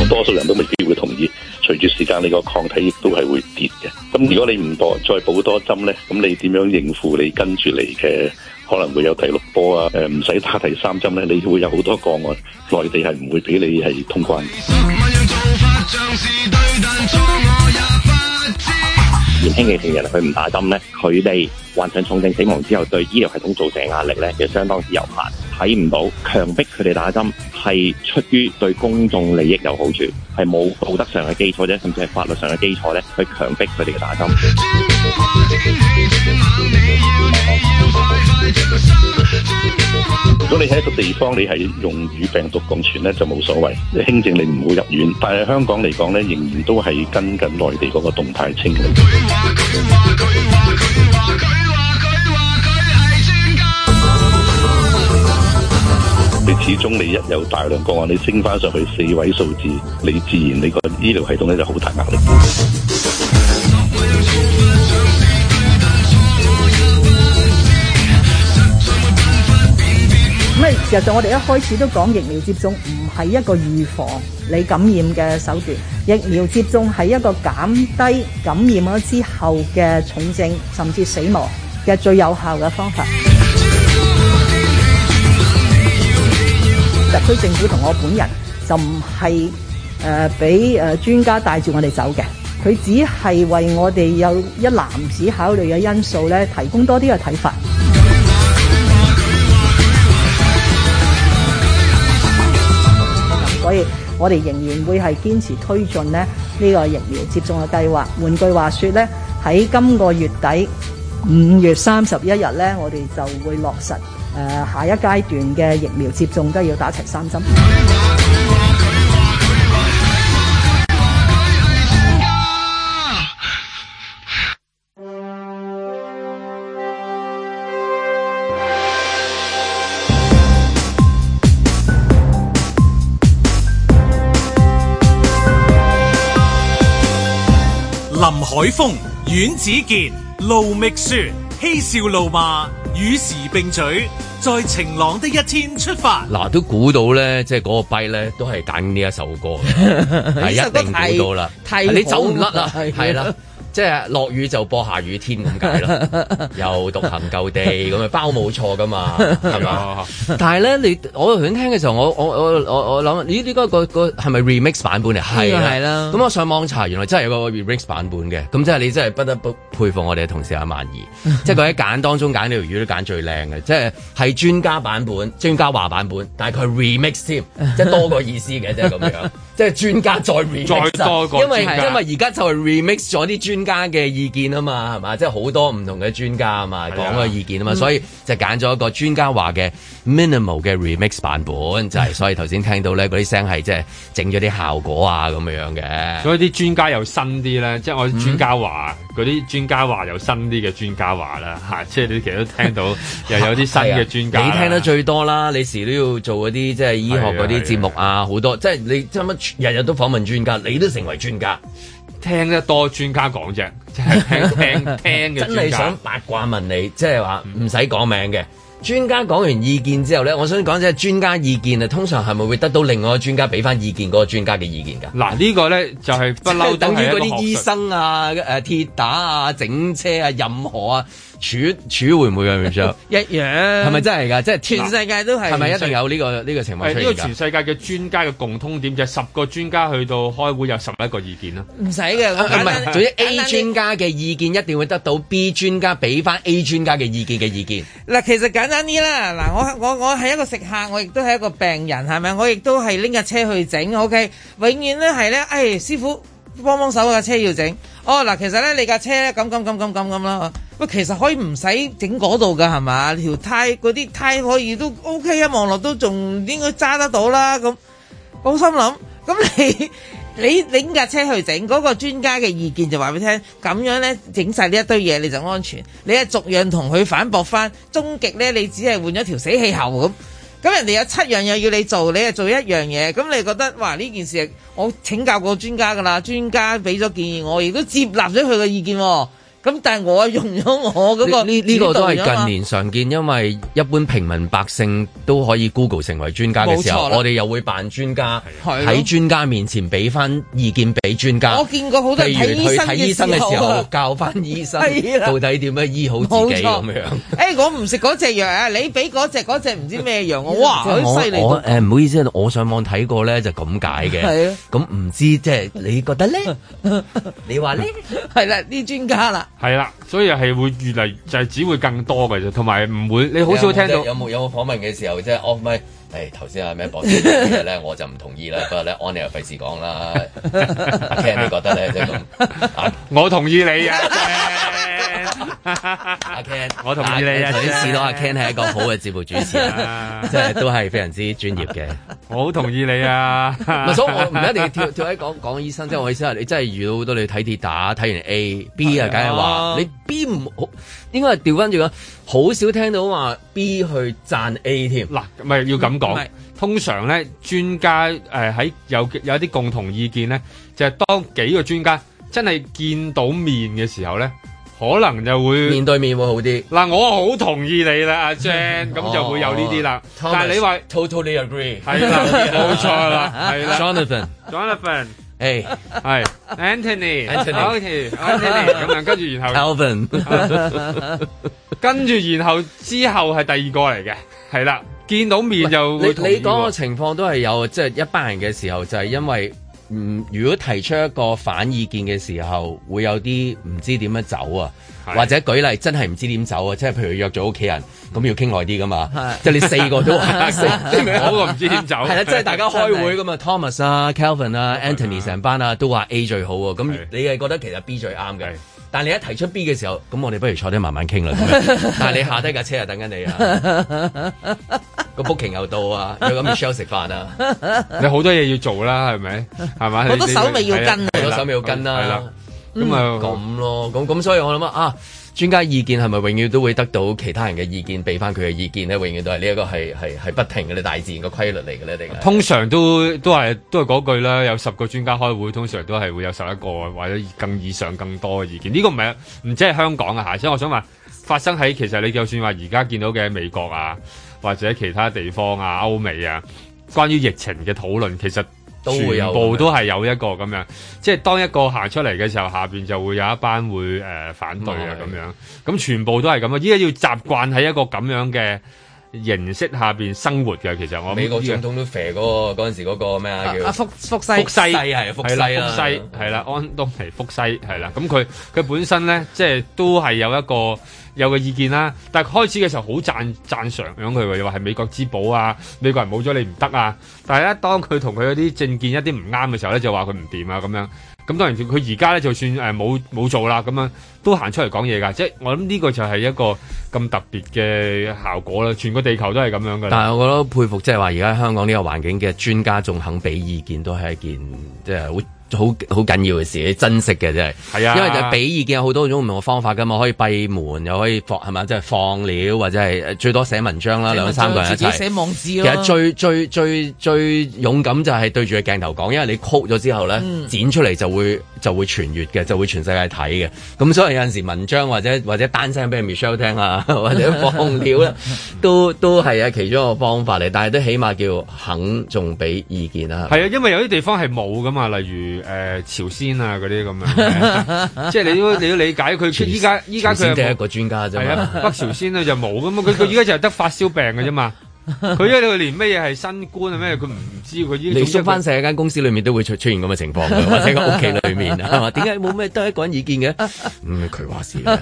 Speaker 8: 我多數人都未必會同意。隨住時間，你個抗體亦都係會跌嘅。咁如果你唔多再補多針呢，咁你點樣應付你跟住嚟嘅可能會有第六波啊？誒、唔使打第三針呢，你會有好多個案，內地係唔會俾你係通關嘅。
Speaker 7: 我要做法像是對，但錯我也不知。
Speaker 6: 年輕嘅成人佢唔打針呢，佢哋患上重症死亡之後，對醫療系統造成壓力呢，就相當之有限。睇唔到強迫佢哋打針係出於對公眾利益有好處，係冇道德上嘅基礎啫，甚至係法律上嘅基礎呢，去強迫佢哋打針。
Speaker 7: 專家話天氣轉冷，你要你要快快着衫。專家話
Speaker 8: 如果你喺一個地方，你係用與病毒共存呢，就冇所謂，輕症你唔會入院。但係香港嚟講呢，仍然都係跟緊內地嗰個動態清零。
Speaker 7: 佢話佢話佢話佢話佢話佢話佢係專家。
Speaker 8: 你始終你一有大量個案，你升翻上去四位數字，你自然你個醫療系統咧就好大壓力。
Speaker 9: 咁啊，其實我哋一開始都講疫苗接種唔係一個預防你感染嘅手段，疫苗接種係一個減低感染咗之後嘅重症甚至死亡嘅最有效嘅方法。特區政府同我本人就唔係誒俾誒專家帶住我哋走嘅，佢只係為我哋有一籃子考慮嘅因素咧，提供多啲嘅睇法。所以我哋仍然會係堅持推進咧呢個疫苗接種嘅計劃。換句話說咧，喺今個月底五月三十一日咧，我哋就會落實誒、呃下一階段嘅疫苗接種都要打齊三針。
Speaker 1: 林海峰、阮子健、盧覓雪，嬉笑怒罵，與時並舉，在晴朗的一天出 發。
Speaker 2: 嗱，都估到咧，即係嗰個跛咧，都係揀呢一首歌 嘅，係
Speaker 4: 呢首歌
Speaker 2: 哎一定估到 啦。
Speaker 4: 太太
Speaker 2: 你走唔甩啦，
Speaker 4: 好啦
Speaker 2: 係啦。即係落雨就播下雨天咁解 啦，又獨行舊地咁啊，包冇錯噶 嘛，係嘛？但係咧，你我頭先聽嘅時候，我我我我我諗，咦？呢個個個係咪 remix 版本嚟？係
Speaker 4: 係啦
Speaker 2: 咁我上網查，原來真係有個 remix 版本嘅。咁即係你真係不得不佩服我哋嘅同事阿萬兒， 即係佢喺揀當中揀呢條魚都揀最靚嘅，即係係專家版本、專家話版本，但係佢係 remix 添，即係多個意思嘅，即係咁樣。即即係專家再 remix，啊
Speaker 3: 再多個
Speaker 2: 因為因
Speaker 3: 專家
Speaker 2: 為而家就係 remix 咗啲專家嘅意見啊嘛，係嘛？即係好多唔同嘅專家啊嘛，
Speaker 3: 係啊
Speaker 2: 講嘅意見啊嘛，所以就揀咗一個專家話嘅 minimal 嘅 remix 版本，就 係所以頭先聽到咧嗰啲聲係即係整咗啲效果啊咁樣嘅。
Speaker 3: 所以啲專家又新啲咧，即係我啲專家話嗰啲專家話又新啲嘅專家話啦 嚇，即係你其實都 聽到又有啲新嘅專家
Speaker 2: 啊
Speaker 3: 啦。
Speaker 2: 你聽得最多啦，你時都要做嗰啲即係醫學嗰啲節目啊，好多即係你差唔多日日都訪問專家，你都成為專家，
Speaker 3: 聽得多專家講啫， 即係聽聽聽嘅
Speaker 2: 真係
Speaker 3: 專
Speaker 2: 想
Speaker 3: 家。嗯
Speaker 2: 八卦問你，即係話唔使講名嘅。專家講完意見之後咧，我想講即係專家意見啊，通常係咪會得到另外一個專家俾翻意見嗰個專家嘅意見㗎？
Speaker 3: 嗱呢個咧就係不嬲都
Speaker 2: 等於
Speaker 3: 係
Speaker 2: 嗰
Speaker 3: 一個
Speaker 2: 啲
Speaker 3: 學
Speaker 2: 醫
Speaker 3: 術。
Speaker 2: 生啊、誒、鐵打啊、整車啊、任何啊，柱柱會唔啊會㗎 Michelle？
Speaker 4: 一樣
Speaker 2: 係咪真係㗎？即係
Speaker 4: 全世界都係
Speaker 2: 係咪一定有呢、個呢、個情況
Speaker 3: 誒
Speaker 2: 出
Speaker 3: 呢
Speaker 2: 現
Speaker 3: 個
Speaker 2: 㗎
Speaker 3: 全？世界嘅專家嘅共通點就係十個專家去到開會有十一個意見啦。
Speaker 4: 唔使嘅，
Speaker 2: 啊唔
Speaker 4: 簡單
Speaker 2: 係，總之 A
Speaker 4: 簡單啲
Speaker 2: 專家嘅意見一定會得到 B 專家俾翻 A 專家嘅意見嘅意見，
Speaker 4: 嗱，其實簡單啲啦，嗱，我我我係一個食客，我亦都係一個病人，係咪？我亦都係拎架車去整，OK，永遠咧係咧，誒、哎，師傅幫幫手，架車要整。哦，嗱，其實咧你架車咧咁咁咁咁咁咁啦，喂，其實可以唔使整嗰度噶，係嘛？條胎嗰啲胎可以都 OK 啊，望落都仲應該揸得到啦，咁。我心諗，咁你 你拎架車去整，嗰、個專家嘅意見就話俾你聽，咁樣呢，整晒呢一堆嘢你就安全。你係逐樣同佢反駁翻，終極呢，你只係換咗條死氣喉咁。咁人哋有七樣嘢要你做，你係做一樣嘢，咁你覺得哇呢件事係我請教過專家㗎啦，專家俾咗建議我，亦都接納咗佢嘅意見喎。咁但係我用咗我嗰個
Speaker 2: 呢呢個都
Speaker 4: 主導咗啊嘛
Speaker 2: 係近年常見，因為一般平民百姓都可以 Google 成為專家嘅時候，
Speaker 4: 冇錯啦
Speaker 2: 我哋又會扮專家
Speaker 4: 係咯
Speaker 2: 喺專家面前俾翻意見俾專家。
Speaker 4: 我見過好多人
Speaker 2: 譬
Speaker 4: 睇
Speaker 2: 如去睇醫
Speaker 4: 醫
Speaker 2: 生
Speaker 4: 生
Speaker 2: 嘅
Speaker 4: 嘅
Speaker 2: 時
Speaker 4: 時
Speaker 2: 候
Speaker 4: 候，
Speaker 2: 教翻醫生
Speaker 4: 係啦
Speaker 2: 到底點樣醫好自己咁樣。
Speaker 4: 誒、哎我唔食嗰隻藥啊！你俾嗰隻嗰隻唔知咩藥 我，哇，
Speaker 2: 我
Speaker 4: 好犀利到！
Speaker 2: 我誒唔好意思，我上網睇過咧就咁解
Speaker 4: 係
Speaker 2: 嘅
Speaker 4: 啊。
Speaker 2: 咁唔知即係你覺得咧？你話咧？
Speaker 4: 係啦，啲專家啦，
Speaker 3: 係啦，所以係會越嚟就係只會更多嘅啫，同埋唔會 你好少聽到
Speaker 2: 有。冇有冇訪問嘅時候即係哦唔係。誒頭先阿咩博士講嘅咧，我就唔同意啦。不過咧，安妮又費事講啦。阿 Ken 你覺得咧，即係 咁。阿
Speaker 3: 我同意你啊！
Speaker 2: 阿 Ken，
Speaker 3: 我同意你啊
Speaker 2: 頭先試到阿 Ken 係一個好嘅節目主持 人，即係都係非常之專業嘅。
Speaker 3: 我 好同意你啊！
Speaker 2: 唔係，所以我唔一定要跳跳喺講講醫生，即係我意思係你真係遇到好多你睇跌打，睇完 A、B 啊，梗係話你 B 唔好，應該係調翻轉講，好少聽到話 B 去讚 A 添。
Speaker 3: 嗱，咪要咁
Speaker 4: 嗯唔
Speaker 3: 講
Speaker 4: 係。
Speaker 3: 通常咧，專家誒喺、有有啲共同意見咧，就係、當幾個專家真係見到面嘅時候咧，可能就會
Speaker 2: 面對面會好啲。
Speaker 3: 嗱，我好同意你啦，阿 Jan，咁就會有呢啲啦。
Speaker 2: 哦 Thomas，
Speaker 3: 但係你話
Speaker 2: totally agree，
Speaker 3: 係啦，冇錯啦，係啦
Speaker 2: Jonathan，
Speaker 3: ，Jonathan
Speaker 2: 誒
Speaker 3: 係 Anthony，Anthony，Anthony
Speaker 2: Anthony
Speaker 3: 咁樣，跟住然後。
Speaker 2: ，Alvin，
Speaker 3: 跟住然後之後係第二個嚟嘅，係啦，見到面就
Speaker 2: 你
Speaker 3: 會同意
Speaker 2: 你講
Speaker 3: 喎
Speaker 2: 個情況都係有，即係一班人嘅時候就係因為。嗯，如果提出一個反意見嘅時候，會有啲唔知點樣走啊，
Speaker 3: 係
Speaker 2: 或者舉例真係唔知點走啊，即係譬如約咗屋企人，咁要傾耐啲噶嘛
Speaker 4: 係，
Speaker 2: 即係你四個 都話四，你明唔明啊
Speaker 3: 嗰個唔知點走，
Speaker 2: 係啦，即 係大家開會噶嘛，Thomas 啊、Calvin 啊、Anthony 成班啊都話 A 最好喎，咁
Speaker 3: 係
Speaker 2: 你係覺得其實 B 最啱嘅
Speaker 3: 係。
Speaker 2: 但你一提出 B 嘅時候，咁我哋不如坐低慢慢傾 啦。咁樣但係你下低架車就等緊你啊，個 booking 又到啊，約咁 Michelle 食飯啊，
Speaker 3: 你好多嘢要做啦，係咪？係咪？
Speaker 4: 好多
Speaker 3: 你
Speaker 4: 手尾要跟啊
Speaker 2: 好多手尾要跟啦
Speaker 3: 係啦，咁啊，
Speaker 2: 咁咯，咁咁所以我諗啊，專家意見係咪永遠都會得到其他人嘅意見，俾翻佢嘅意見咧？永遠都係呢一個係係係不停嘅咧，大自然嘅規律嚟嘅咧，定係？
Speaker 3: 通常都都係都係嗰句啦，有十個專家開會，通常都係會有十一個或者更以上更多嘅意見。呢個唔係唔止係香港啊，嚇，所以我想話發生喺其實你就算話而家見到嘅美國啊，或者其他地方啊、歐美啊，關於疫情嘅討論，其實
Speaker 2: 都會有
Speaker 3: 全部都係有一個咁樣，即係當一個行出嚟嘅時候，下邊就會有一班會誒、呃反對啊
Speaker 2: 咁
Speaker 3: 咁樣，咁全部都係咁啊！依家要習慣喺一個咁樣嘅誒、形式下邊生活嘅。其實我
Speaker 2: 美國總統都肥嗰個嗰陣時嗰個咩啊
Speaker 4: 啊
Speaker 2: 叫
Speaker 4: 福福西
Speaker 3: 福西
Speaker 2: 係啊福西啦
Speaker 3: 係啦，福西係啦，安東尼福西係啦。咁佢佢本身咧，即係都係有一個有個意見啦。但係開始嘅時候好讚讚賞佢喎，又話係美國之寶啊，美國人冇咗你唔得啊。但係咧，當佢同佢嗰啲政見一啲唔啱嘅時候咧，就話佢唔掂啊咁樣。咁當然佢而家咧，就算誒冇冇做啦，咁樣都行出嚟講嘢㗎。即係我諗呢個就係一個咁特別嘅效果啦。全個地球都係咁樣㗎啦。
Speaker 2: 但係我覺得佩服，即係話而家香港呢個環境嘅專家仲肯俾意見，都係一件即係好。好好緊要嘅事，你珍惜嘅真係，
Speaker 3: 係啊
Speaker 2: 因為就俾意見有好多種唔同嘅方法噶嘛，可以閉門，又可以放係嘛，即係放料或者係呃最多寫文章啦，兩三個人一
Speaker 4: 自己
Speaker 2: 齊。
Speaker 4: 寫網誌
Speaker 2: 其實
Speaker 4: 咯。
Speaker 2: 最最最最勇敢就係對住個鏡頭講，因為你曲咗之後咧，
Speaker 4: 嗯
Speaker 2: 剪出嚟就會就會傳閱嘅，就會全世界睇嘅。咁所以有陣時文章或者或者單聲俾 Michelle 聽啊， 或者放料 咧，都都係啊其中一個方法嚟。但係都起碼叫肯仲俾意見啦。
Speaker 3: 係啊，因為有啲地方係冇噶嘛，例如誒、呃朝鮮啊嗰啲 咁樣，即係你都你要理解佢依家依家佢
Speaker 2: 先
Speaker 3: 係
Speaker 2: 得一
Speaker 3: 冇
Speaker 2: 個專家啫
Speaker 3: 係
Speaker 2: 嘛
Speaker 3: 啊，北朝鮮咧就冇噶嘛，佢佢依家就係得發燒病嘅啫嘛，佢因為佢連咩嘢係新冠啊咩，佢唔知佢依
Speaker 2: 你縮翻成間公司裏面都會出出現咁嘅情況 嘅，或者個屋企裏面係嘛？點解冇咩得一個人意見嘅？嗯，佢話 事嘅，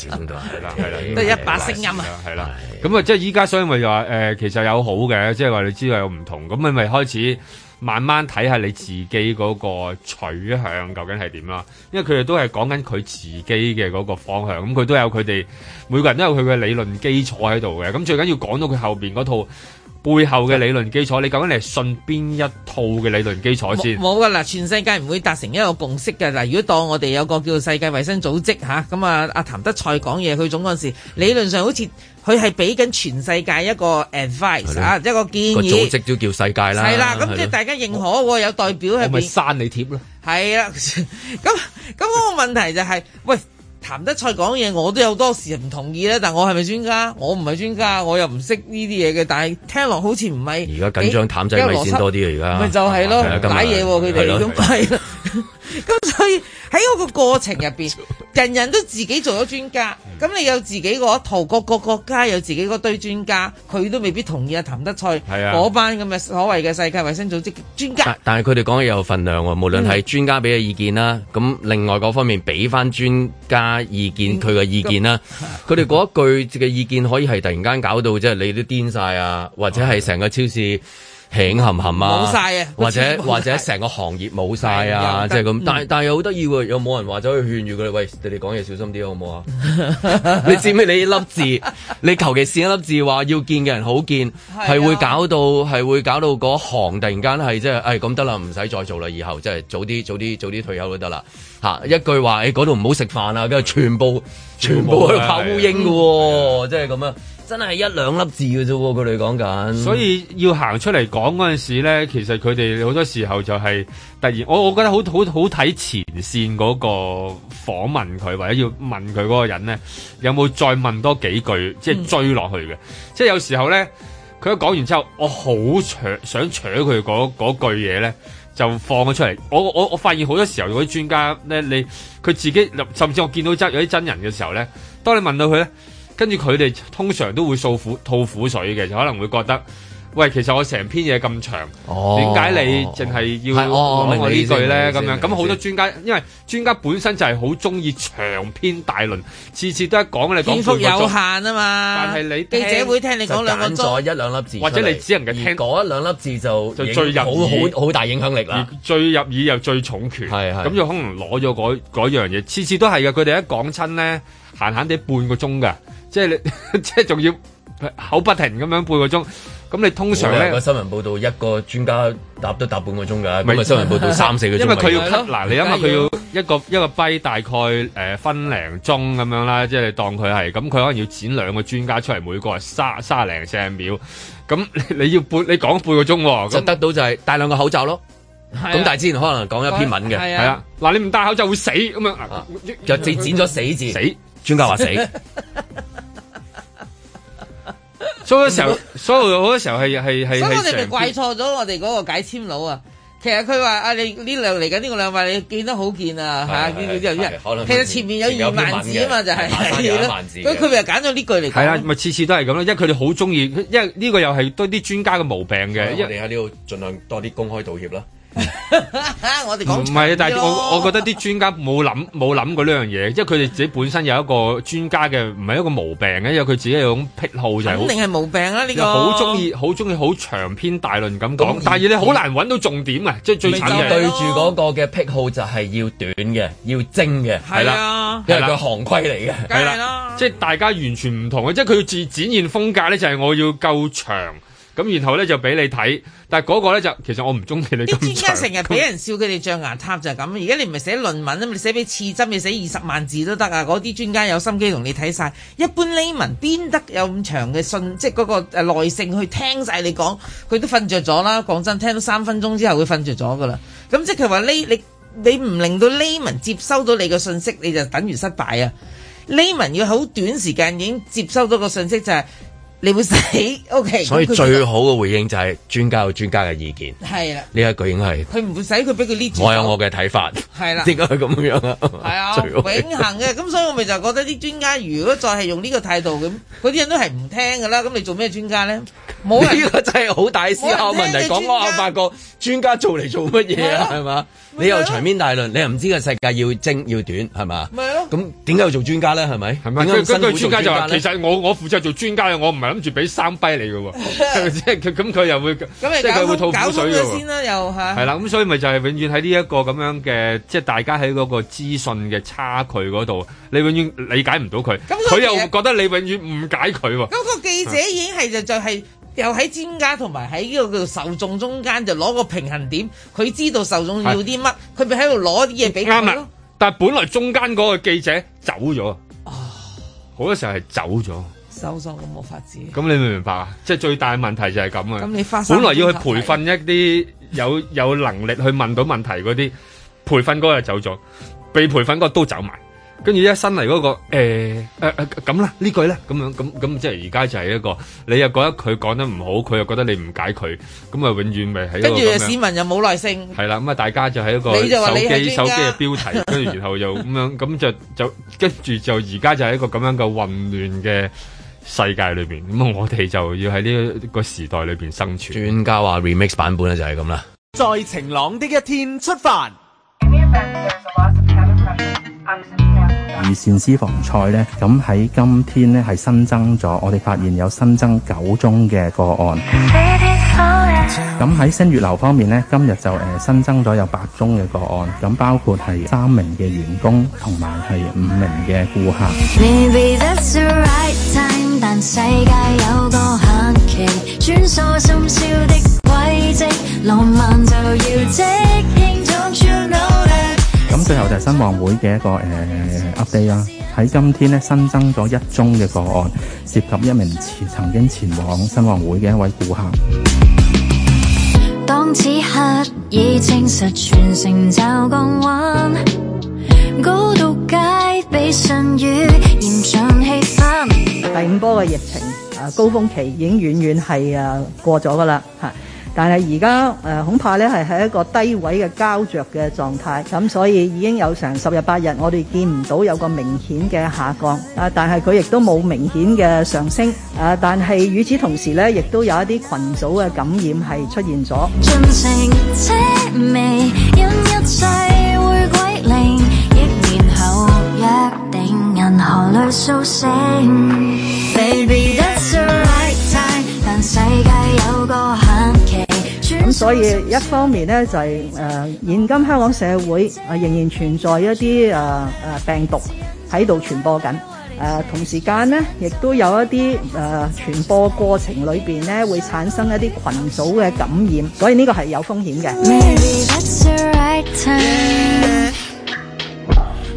Speaker 2: 始終都係
Speaker 3: 係啦係啦，
Speaker 4: 都係一把聲音啊
Speaker 3: 係啦，咁啊即係依家所以咪話誒，其實有好嘅，即係話你知道有唔同，咁你咪開始。慢慢睇下你自己嗰個取向究竟係點啦，因為佢哋都係講緊佢自己嘅嗰個方向，咁佢都有佢哋每個人都有佢嘅理論基礎喺度嘅，咁最緊要講到佢後邊嗰套背後嘅理論基礎，你究竟你係信邊一套嘅理論基礎
Speaker 4: 冇
Speaker 3: 先？
Speaker 4: 冇噶啦，全世界唔會達成一個共識嘅嗱。如果當我哋有個叫做世界衞生組織吓，咁啊阿譚德塞講嘢，佢總嗰陣時理論上好似佢係俾緊全世界一個 advice 啊，一個建
Speaker 2: 個組
Speaker 4: 議。
Speaker 2: 織都叫世界啦。
Speaker 4: 係啦，咁即係
Speaker 2: 係咯
Speaker 4: 大家認可喎，有代表喺
Speaker 3: 我咪
Speaker 4: 邊。
Speaker 3: 刪你貼咯，
Speaker 4: 係啦， 咁咁嗰個問題就係、喂，譚德塞講嘢，我都有多時唔同意咧，啊但我係咪專家？我唔係專家，我又唔識呢啲嘢嘅，但係聽落好似唔係。
Speaker 2: 而家緊張淡仔米線多啲啊！而
Speaker 4: 咪
Speaker 2: 家
Speaker 4: 就係咯
Speaker 2: 係啊，今日
Speaker 4: 打嘢喎佢
Speaker 2: 係
Speaker 4: 哋
Speaker 2: 咯
Speaker 4: 咁係啦。 咁所以喺嗰個過程入邊，人人都自己做咗專家，
Speaker 2: 嗯
Speaker 4: 咁你有自己嗰一套，各個國家有自己嗰堆專家，佢都未必同意阿譚德塞
Speaker 3: 係啊
Speaker 4: 嗰班咁嘅所謂嘅世界衞生組織專家
Speaker 2: 但。但係佢哋講嘢有份量喎，無論係專家俾嘅意見啦，咁另外嗰方面俾翻專家意見佢嘅意見啦，佢哋嗰一句嘅意見可以係突然間搞到即係你都癲晒啊，或者係成個超市。興冚冚啊！
Speaker 4: 冇晒啊
Speaker 2: 或
Speaker 4: 個錢
Speaker 2: 者
Speaker 4: 冇晒
Speaker 2: 或者成個行業冇晒啊，
Speaker 4: 係
Speaker 2: 即
Speaker 4: 又
Speaker 2: 係
Speaker 4: 得
Speaker 2: 咁。但係但係又好得意喎，有冇人話走去勸住佢哋？喂，你哋講嘢小心啲好唔好啊？ 你知唔知你一粒 字，你求其試一粒字話要見嘅人好見，
Speaker 4: 啊
Speaker 2: 係會搞。搞到係會搞到嗰行突然間係即係，誒咁得啦，唔使再做啦，以後即係早啲早啲早啲退休都得啦。嚇一句話，哎誒嗰度唔好食飯啊，跟住全部全
Speaker 3: 啊
Speaker 2: 部去拍烏蠅嘅喎，即係咁啊！真係一兩粒字嘅啫喎，佢哋講緊。
Speaker 3: 所以要行出嚟講嗰陣時咧，其實佢哋好多時候就係突然，我我覺得好好好睇前線嗰個訪問佢，或者要問佢嗰個人咧，有冇再問多幾句，即係追落去嘅。即係有時候咧，佢一講完之後，我好搶想搶佢嗰嗰句嘢咧。就放咗出嚟，我我我發現好多時候嗰啲專家咧，你佢自己甚至我見到真有啲真人嘅時候咧，當你問到佢咧，跟住佢哋通常都會訴苦吐苦水嘅，就可能會覺得，喂，其實我成篇嘢咁長，
Speaker 2: 哦
Speaker 3: 點解你淨係要
Speaker 2: 係哦我
Speaker 3: 講
Speaker 2: 明
Speaker 3: 我
Speaker 2: 你
Speaker 3: 呢
Speaker 2: 意思
Speaker 3: 句咧？
Speaker 2: 明你
Speaker 3: 咁
Speaker 2: 意思
Speaker 3: 樣咁好
Speaker 2: 明你
Speaker 3: 多
Speaker 2: 意
Speaker 3: 專家，因為專家本身就係好中意長篇大論，次次都一講你
Speaker 4: 篇
Speaker 3: 講
Speaker 4: 幅
Speaker 3: 半個
Speaker 4: 有
Speaker 3: 鐘
Speaker 4: 限。啊嘛，
Speaker 3: 但係你
Speaker 4: 記
Speaker 3: 聽
Speaker 4: 者會聽你講兩個
Speaker 2: 就揀
Speaker 4: 鐘，
Speaker 2: 咗一兩粒字出嚟，
Speaker 3: 或者你只能夠聽
Speaker 2: 而嗰一兩粒字就
Speaker 3: 就
Speaker 2: 影
Speaker 3: 最入
Speaker 2: 好
Speaker 3: 耳
Speaker 2: 好好大影響力
Speaker 3: 而
Speaker 2: 啦。
Speaker 3: 最入耳又最重拳，
Speaker 2: 係係
Speaker 3: 咁就可能攞咗嗰嗰樣嘢，次次都係嘅。佢哋一講親咧，閒閒地半個鐘㗎，即係你 即係仲要口不停咁樣半個鐘。咁你通常咧
Speaker 2: 個，新聞報道一個專家答都答半個鐘㗎，咁
Speaker 3: 咪
Speaker 2: 啊新聞報道三四個鐘咪
Speaker 3: 因為佢要
Speaker 2: 係
Speaker 3: cut 嗱，你諗下佢要一個一個跛大概誒、呃分零鐘咁樣啦，即係你當佢係咁，佢可能要剪兩個專家出嚟，每個係三三零四十秒。咁你你要半你講半個鐘喎，
Speaker 2: 就
Speaker 3: 咁
Speaker 2: 得到就係戴兩個口罩咯。咁但係之前可能講一篇文嘅，
Speaker 4: 係
Speaker 3: 係
Speaker 4: 啊，
Speaker 3: 啦。嗱，你唔戴口罩會死咁樣，嗱
Speaker 2: 啊就自剪咗死字。
Speaker 3: 死。
Speaker 2: 專家話死，
Speaker 3: 所以有時候，所以好多時候係係係
Speaker 4: 所以我哋
Speaker 3: 係
Speaker 4: 咪
Speaker 3: 成
Speaker 4: 怪錯咗我哋嗰個解簽佬啊！其實佢話啊，你呢兩嚟緊呢個兩位，你見得好見啊
Speaker 2: 係
Speaker 4: 嚇，
Speaker 2: 係
Speaker 4: 見到之後
Speaker 2: 係係可能
Speaker 4: 因為其實前面有
Speaker 2: 前面有
Speaker 4: 二
Speaker 2: 篇
Speaker 4: 萬字啊嘛，
Speaker 2: 文嘅
Speaker 4: 就係
Speaker 2: 係係有一萬字嘅
Speaker 4: 咁佢咪又揀咗呢句嚟
Speaker 3: 係啦，
Speaker 4: 講。
Speaker 3: 咪次次都係咁咯，因為佢哋好中意，因為呢個又係都啲專家嘅毛病嘅，因
Speaker 2: 啊我哋喺呢度盡量多啲公開道歉啦。
Speaker 4: 我哋講
Speaker 3: 唔係，但係我我覺
Speaker 4: 得
Speaker 3: 得啲專家冇諗冇諗過呢樣嘢，即係佢哋自己本身有一個專家嘅，唔係一個毛病嘅，因為佢自己有種癖好就係
Speaker 4: 肯定
Speaker 3: 好。
Speaker 4: 係冇病啊啦，呢個
Speaker 3: 好中意，好中意，好長篇大論咁講
Speaker 2: 咁，
Speaker 3: 但係你好難揾到重點嘅，即係最
Speaker 2: 最
Speaker 3: 慘
Speaker 2: 慘
Speaker 3: 嘅
Speaker 2: 嘅
Speaker 3: 係
Speaker 2: 對住嗰個嘅癖好就係要短嘅，要精嘅，
Speaker 4: 係啊，
Speaker 2: 因為佢行規嚟嘅。
Speaker 4: 梗係
Speaker 3: 係
Speaker 4: 啦，
Speaker 3: 即係大家完全唔同嘅，即係佢要自展現風格咧，就係我要夠長，咁然後咧就俾你睇，但係嗰個咧就其實我唔中意你
Speaker 4: 啲專
Speaker 3: 咁
Speaker 4: 家
Speaker 3: 長。
Speaker 4: 成日俾人笑佢哋象牙塔就係咁，而家你唔係寫論文啊嘛，你寫俾刺針，你寫二十萬字都得啊！嗰啲專家有心機同你睇晒，一般 layman 邊得有咁長嘅信，即係嗰個誒耐性去聽晒你講，佢都瞓着咗啦。講真，聽到三分鐘之後，佢瞓着咗噶啦。咁即係佢 話呢，你你唔令到 layman 接收到你嘅信息，你就等於失敗啊！layman 要好短時間已經接收到個信息就係、你會死，OK。
Speaker 2: 所以最好嘅回應就係專家有專家嘅意見，
Speaker 4: 係啦，
Speaker 2: 呢一句應該係
Speaker 4: 佢唔會使佢俾佢 lead 住
Speaker 2: 我有
Speaker 4: 走
Speaker 2: 我嘅睇法，
Speaker 4: 係啦
Speaker 2: 點解係咁樣啊？
Speaker 4: 係啊，
Speaker 2: 最
Speaker 4: 永
Speaker 2: 好
Speaker 4: 恆嘅，咁所以我咪就覺得啲專家如果再係用呢個態度咁，嗰啲人都係唔聽㗎啦。咁你做咩專家咧？冇
Speaker 2: 呢
Speaker 4: 人
Speaker 2: 個真係好大思考問題。講講下發覺專家做嚟做乜嘢啊？係嘛？你又長篇大論，你又唔知個世界要精要短係嘛？
Speaker 4: 咪係咯
Speaker 2: 咁點解要做專家咧？係咪？
Speaker 3: 係咪？
Speaker 2: 點解
Speaker 3: 佢
Speaker 2: 咁辛
Speaker 3: 佢
Speaker 2: 苦
Speaker 3: 佢
Speaker 2: 做
Speaker 3: 專家就話：
Speaker 2: 咧
Speaker 3: 其實我我負責做專家嘅，我唔係諗住俾三跛你嘅喎，即係佢咁佢又會即
Speaker 4: 咁咪
Speaker 3: 係佢
Speaker 4: 搞
Speaker 3: 會
Speaker 4: 通
Speaker 3: 吐
Speaker 4: 搞通
Speaker 3: 苦水嘅
Speaker 4: 咗
Speaker 3: 喎
Speaker 4: 先。啦，又
Speaker 3: 係
Speaker 4: 嚇。
Speaker 3: 啦，咁所以咪就係永遠喺呢一個咁樣嘅，即係大家喺嗰個資訊嘅差距嗰度，你永遠理解唔到佢，
Speaker 4: 咁所
Speaker 3: 佢
Speaker 4: 以
Speaker 3: 又覺得你永遠誤解佢喎。
Speaker 4: 咁個記者已經係就就係又喺專家同埋喺呢個叫受眾中間就攞個平衡點，佢知道受眾要啲乜，佢咪喺度攞啲嘢俾
Speaker 3: 啱
Speaker 4: 佢咯
Speaker 3: 啦。，但係本來中間嗰個記者走咗，
Speaker 4: 哦
Speaker 3: 好多時候係走咗。
Speaker 4: 收咗我冇法子。
Speaker 3: 咁你明唔明白啊？即係最大嘅問題就係咁
Speaker 4: 咁
Speaker 3: 啊！
Speaker 4: 你花三
Speaker 3: 本來要
Speaker 4: 個
Speaker 3: 去
Speaker 4: 鐘
Speaker 3: 培
Speaker 4: 頭
Speaker 3: 訓一啲有有能力去問到問題嗰啲，培訓嗰個就走咗，被培訓嗰個都走埋，跟住一新嚟嗰、個誒誒誒咁啦，呢句咧咁樣咁咁，即係而家就係一個你又覺得佢講得唔好，佢又覺得你唔解佢，咁啊永遠咪喺一個
Speaker 4: 跟住
Speaker 3: 咁
Speaker 4: 市
Speaker 3: 樣。
Speaker 4: 民又冇耐性，
Speaker 3: 係啦，咁啊，大家就喺一個
Speaker 4: 你就話
Speaker 3: 手
Speaker 4: 你係
Speaker 3: 機手
Speaker 4: 專
Speaker 3: 機
Speaker 4: 家
Speaker 3: 嘅標題，跟住然後 又咁樣，咁就就跟住就而家就喺一個咁樣嘅混亂嘅世界裏邊，咁我哋就要喺呢個時代裏邊生存。
Speaker 2: 專家話 remix 版本咧就係咁啦。
Speaker 5: 在晴朗的一天出發。
Speaker 10: 而善私房菜呢，咁喺今天呢，係新增咗，我哋發現有新增九宗嘅個案。
Speaker 4: 啊
Speaker 10: 咁喺新月樓方面呢，今日就誒、呃新增咗有八宗嘅個案，咁包括係三名嘅員工同埋係五名嘅顧客。
Speaker 11: Maybe that's the right time，但世界有個限期，穿梭深宵的軌跡，浪漫就要即興，Don't you know that？
Speaker 10: 咁最後就係新旺會嘅一個誒、呃 update 啦。喺今天咧新增咗一宗嘅個案，涉及一名前曾經前往新旺會嘅一位顧客。
Speaker 11: 當此刻已證實全城罩降溫，高度戒備信譽，嚴上氣氛。
Speaker 9: 第五波嘅疫情啊高峰期已經遠遠係啊過咗㗎啦嚇，但係而家誒恐怕咧係喺一個低位嘅膠着嘅狀態，咁所以已經有成十日八日我哋見唔到有個明顯嘅下降啊，但係佢亦都冇明顯嘅上升啊，但係與此同時咧，亦都有一啲群組嘅感染係出現咗。
Speaker 11: 盡情奢靡，因一切會歸零，億年後約定，銀河裏甦醒。Baby that's the right time，但世界有個限期。
Speaker 9: 咁所以一方面咧就係、誒、呃、現今香港社會啊、呃仍然存在一啲誒誒病毒喺度傳播緊。誒、呃同時間咧，亦都有一啲誒、呃、傳播過程裏邊咧，會產生一啲群組嘅感染，所以呢個係有風險嘅。
Speaker 11: Maybe that's the right time.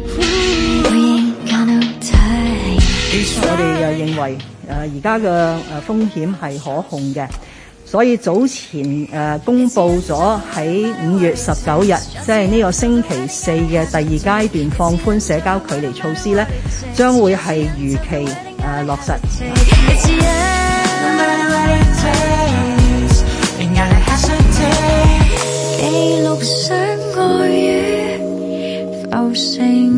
Speaker 11: We got no time.
Speaker 9: 我哋又認為誒而家嘅呃誒風險係可控嘅，所以早前誒、呃公布咗喺五月十九日，即係呢個星期四嘅第二階段放寬社交距離措施咧，將會係如期誒、呃落實。
Speaker 11: It's the end. Ain't gotta hesitate. 於浮城。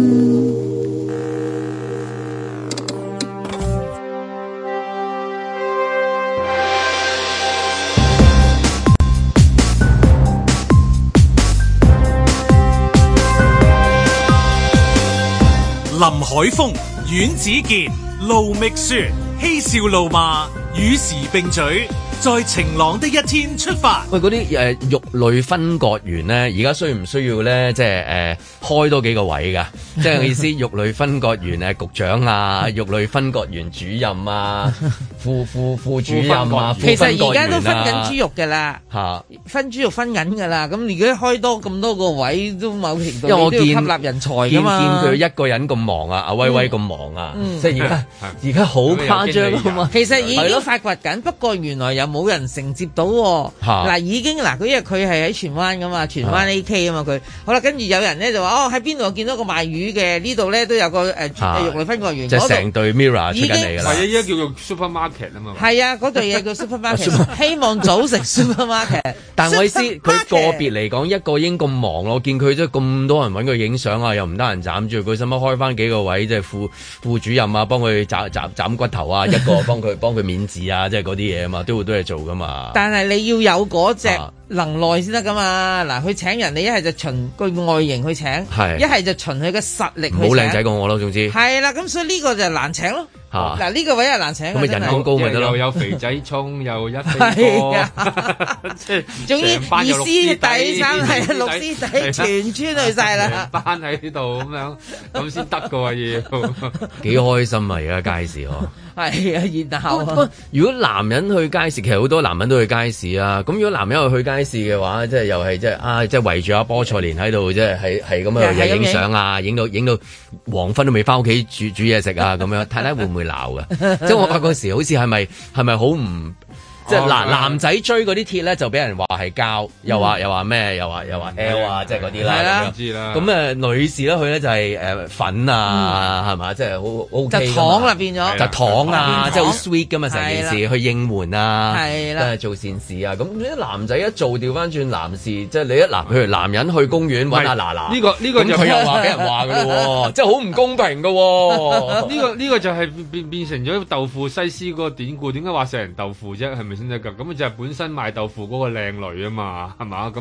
Speaker 1: 林海峰、阮子健、路觅雪，嬉笑怒罵，與時並舉，在晴朗的一天出發。
Speaker 2: 喂，嗰啲誒肉類分割員咧，而家需唔需要咧？即係誒開多幾個位㗎？即係我意思，肉類分割員誒局長啊，肉類分割員主任啊，副副副主任啊，
Speaker 4: 其實而家都
Speaker 2: 副
Speaker 4: 分
Speaker 2: 割員
Speaker 4: 緊
Speaker 2: 啊
Speaker 4: 豬肉㗎啦，
Speaker 2: 嚇。
Speaker 4: 分豬肉分緊㗎啦。咁如果開多咁多個位，都某程度
Speaker 2: 因為我
Speaker 4: 你都
Speaker 2: 見
Speaker 4: 要吸納人才㗎
Speaker 2: 見見
Speaker 4: 嘛。
Speaker 2: 佢一個人咁忙啊，阿威威咁忙啊，
Speaker 4: 嗯
Speaker 2: 即係而家而家好誇張啊嘛。
Speaker 4: 其實已
Speaker 2: 係
Speaker 4: 經
Speaker 2: 咯
Speaker 4: 發掘緊，不過原來又冇人承接到喎。
Speaker 2: 嚇
Speaker 4: 嗱，已經嗱，佢因為佢係喺荃灣噶嘛，荃灣
Speaker 2: 啊
Speaker 4: AK 啊嘛，佢好啦，跟住有人咧就話哦，喺邊度見到個賣魚嘅，呢度咧都有個誒
Speaker 2: 嚇
Speaker 4: 肉類分割員
Speaker 2: 即
Speaker 4: 嗰
Speaker 2: 係
Speaker 4: 度
Speaker 2: 成。隊 Mirror 出緊嚟㗎
Speaker 3: 係啊，
Speaker 2: 啦。
Speaker 3: 依家叫做 supermarket 啊嘛。
Speaker 4: 係啊，嗰度嘢叫 supermarket，希望早食 supermarket。
Speaker 2: 但我意思，佢個別嚟講，一個已經咁忙咯，我見佢都咁多人揾佢影相啊，又唔得閒斬住佢，使乜開翻幾個位，即係副副主任啊，幫佢斬斬斬骨頭啊，一 個幫佢幫佢免治啊，即係嗰啲嘢啊嘛，都會都係做噶嘛。
Speaker 4: 但係你要有嗰只
Speaker 2: 啊
Speaker 4: 能耐先得噶嘛。嗱，佢請人，你一係就循佢外形去請，
Speaker 2: 係
Speaker 4: 一係就循佢嘅實力去
Speaker 2: 唔
Speaker 4: 請。
Speaker 2: 好靚仔過我咯，總之
Speaker 4: 係啦，咁所以呢個就難請咯。
Speaker 2: 嚇
Speaker 4: 嗱，呢個位係難請嘅。
Speaker 2: 啊咁咪
Speaker 4: 真係
Speaker 2: 人工高咪得咯
Speaker 3: 又有肥仔 葱，又一飛
Speaker 4: 係
Speaker 3: 哥，
Speaker 4: 啊，
Speaker 3: 即係
Speaker 4: 總之
Speaker 3: 成班
Speaker 4: 二
Speaker 3: 有
Speaker 4: 師
Speaker 3: 六
Speaker 4: 弟三係
Speaker 3: 師
Speaker 4: 六師
Speaker 3: 弟啊
Speaker 4: 弟，全村去晒啦。
Speaker 3: 成班喺度咁樣，咁先得噶喎要。
Speaker 2: 幾開心啊！而家街市呵。
Speaker 4: 係啊，然後
Speaker 2: 不過如果男人去街市，其實好多男人都去街市啊。咁如果男人去街市嘅話，即係又係即係啊，即係圍住阿菠菜蓮喺度，即係係係咁樣
Speaker 4: 係咁
Speaker 2: 又
Speaker 4: 影
Speaker 2: 影相啊，影到影到黃昏都未翻屋企煮煮嘢食啊，咁樣太太會唔會鬧㗎？即係我發覺時好似係咪係咪好唔？即係
Speaker 3: 哦
Speaker 2: 男男仔追嗰啲鐵咧，就俾人話係膠，又話又話咩，又話又話 L 啊，即係嗰啲啦
Speaker 3: 係啦
Speaker 2: 咁樣。
Speaker 3: 知啦
Speaker 2: 咁誒女士咧，佢咧就係誒粉啊，
Speaker 3: 嗯
Speaker 2: 係嘛，即係好 O K
Speaker 4: 就糖啦變咗
Speaker 2: 就糖
Speaker 4: 變
Speaker 2: 啊，
Speaker 4: 糖
Speaker 2: 即係好 sweet 噶嘛成件
Speaker 4: 係
Speaker 2: 事，
Speaker 4: 啦
Speaker 2: 去應援啊，
Speaker 4: 係啦
Speaker 2: 都係做善事啊。咁啲男仔一做調翻轉男士，即係你一男，譬如男人去公園揾下嗱嗱，
Speaker 3: 呢個呢個
Speaker 2: 咁
Speaker 3: 就
Speaker 2: 佢又話俾人話㗎咯 喎，即係好唔公平㗎喎。
Speaker 3: 呢個呢個就係變變成咗豆腐西施嗰個典故，點解話食人豆腐啫？係咪先得㗎？咁就係本身賣豆腐嗰個靚女啊嘛，係嘛？咁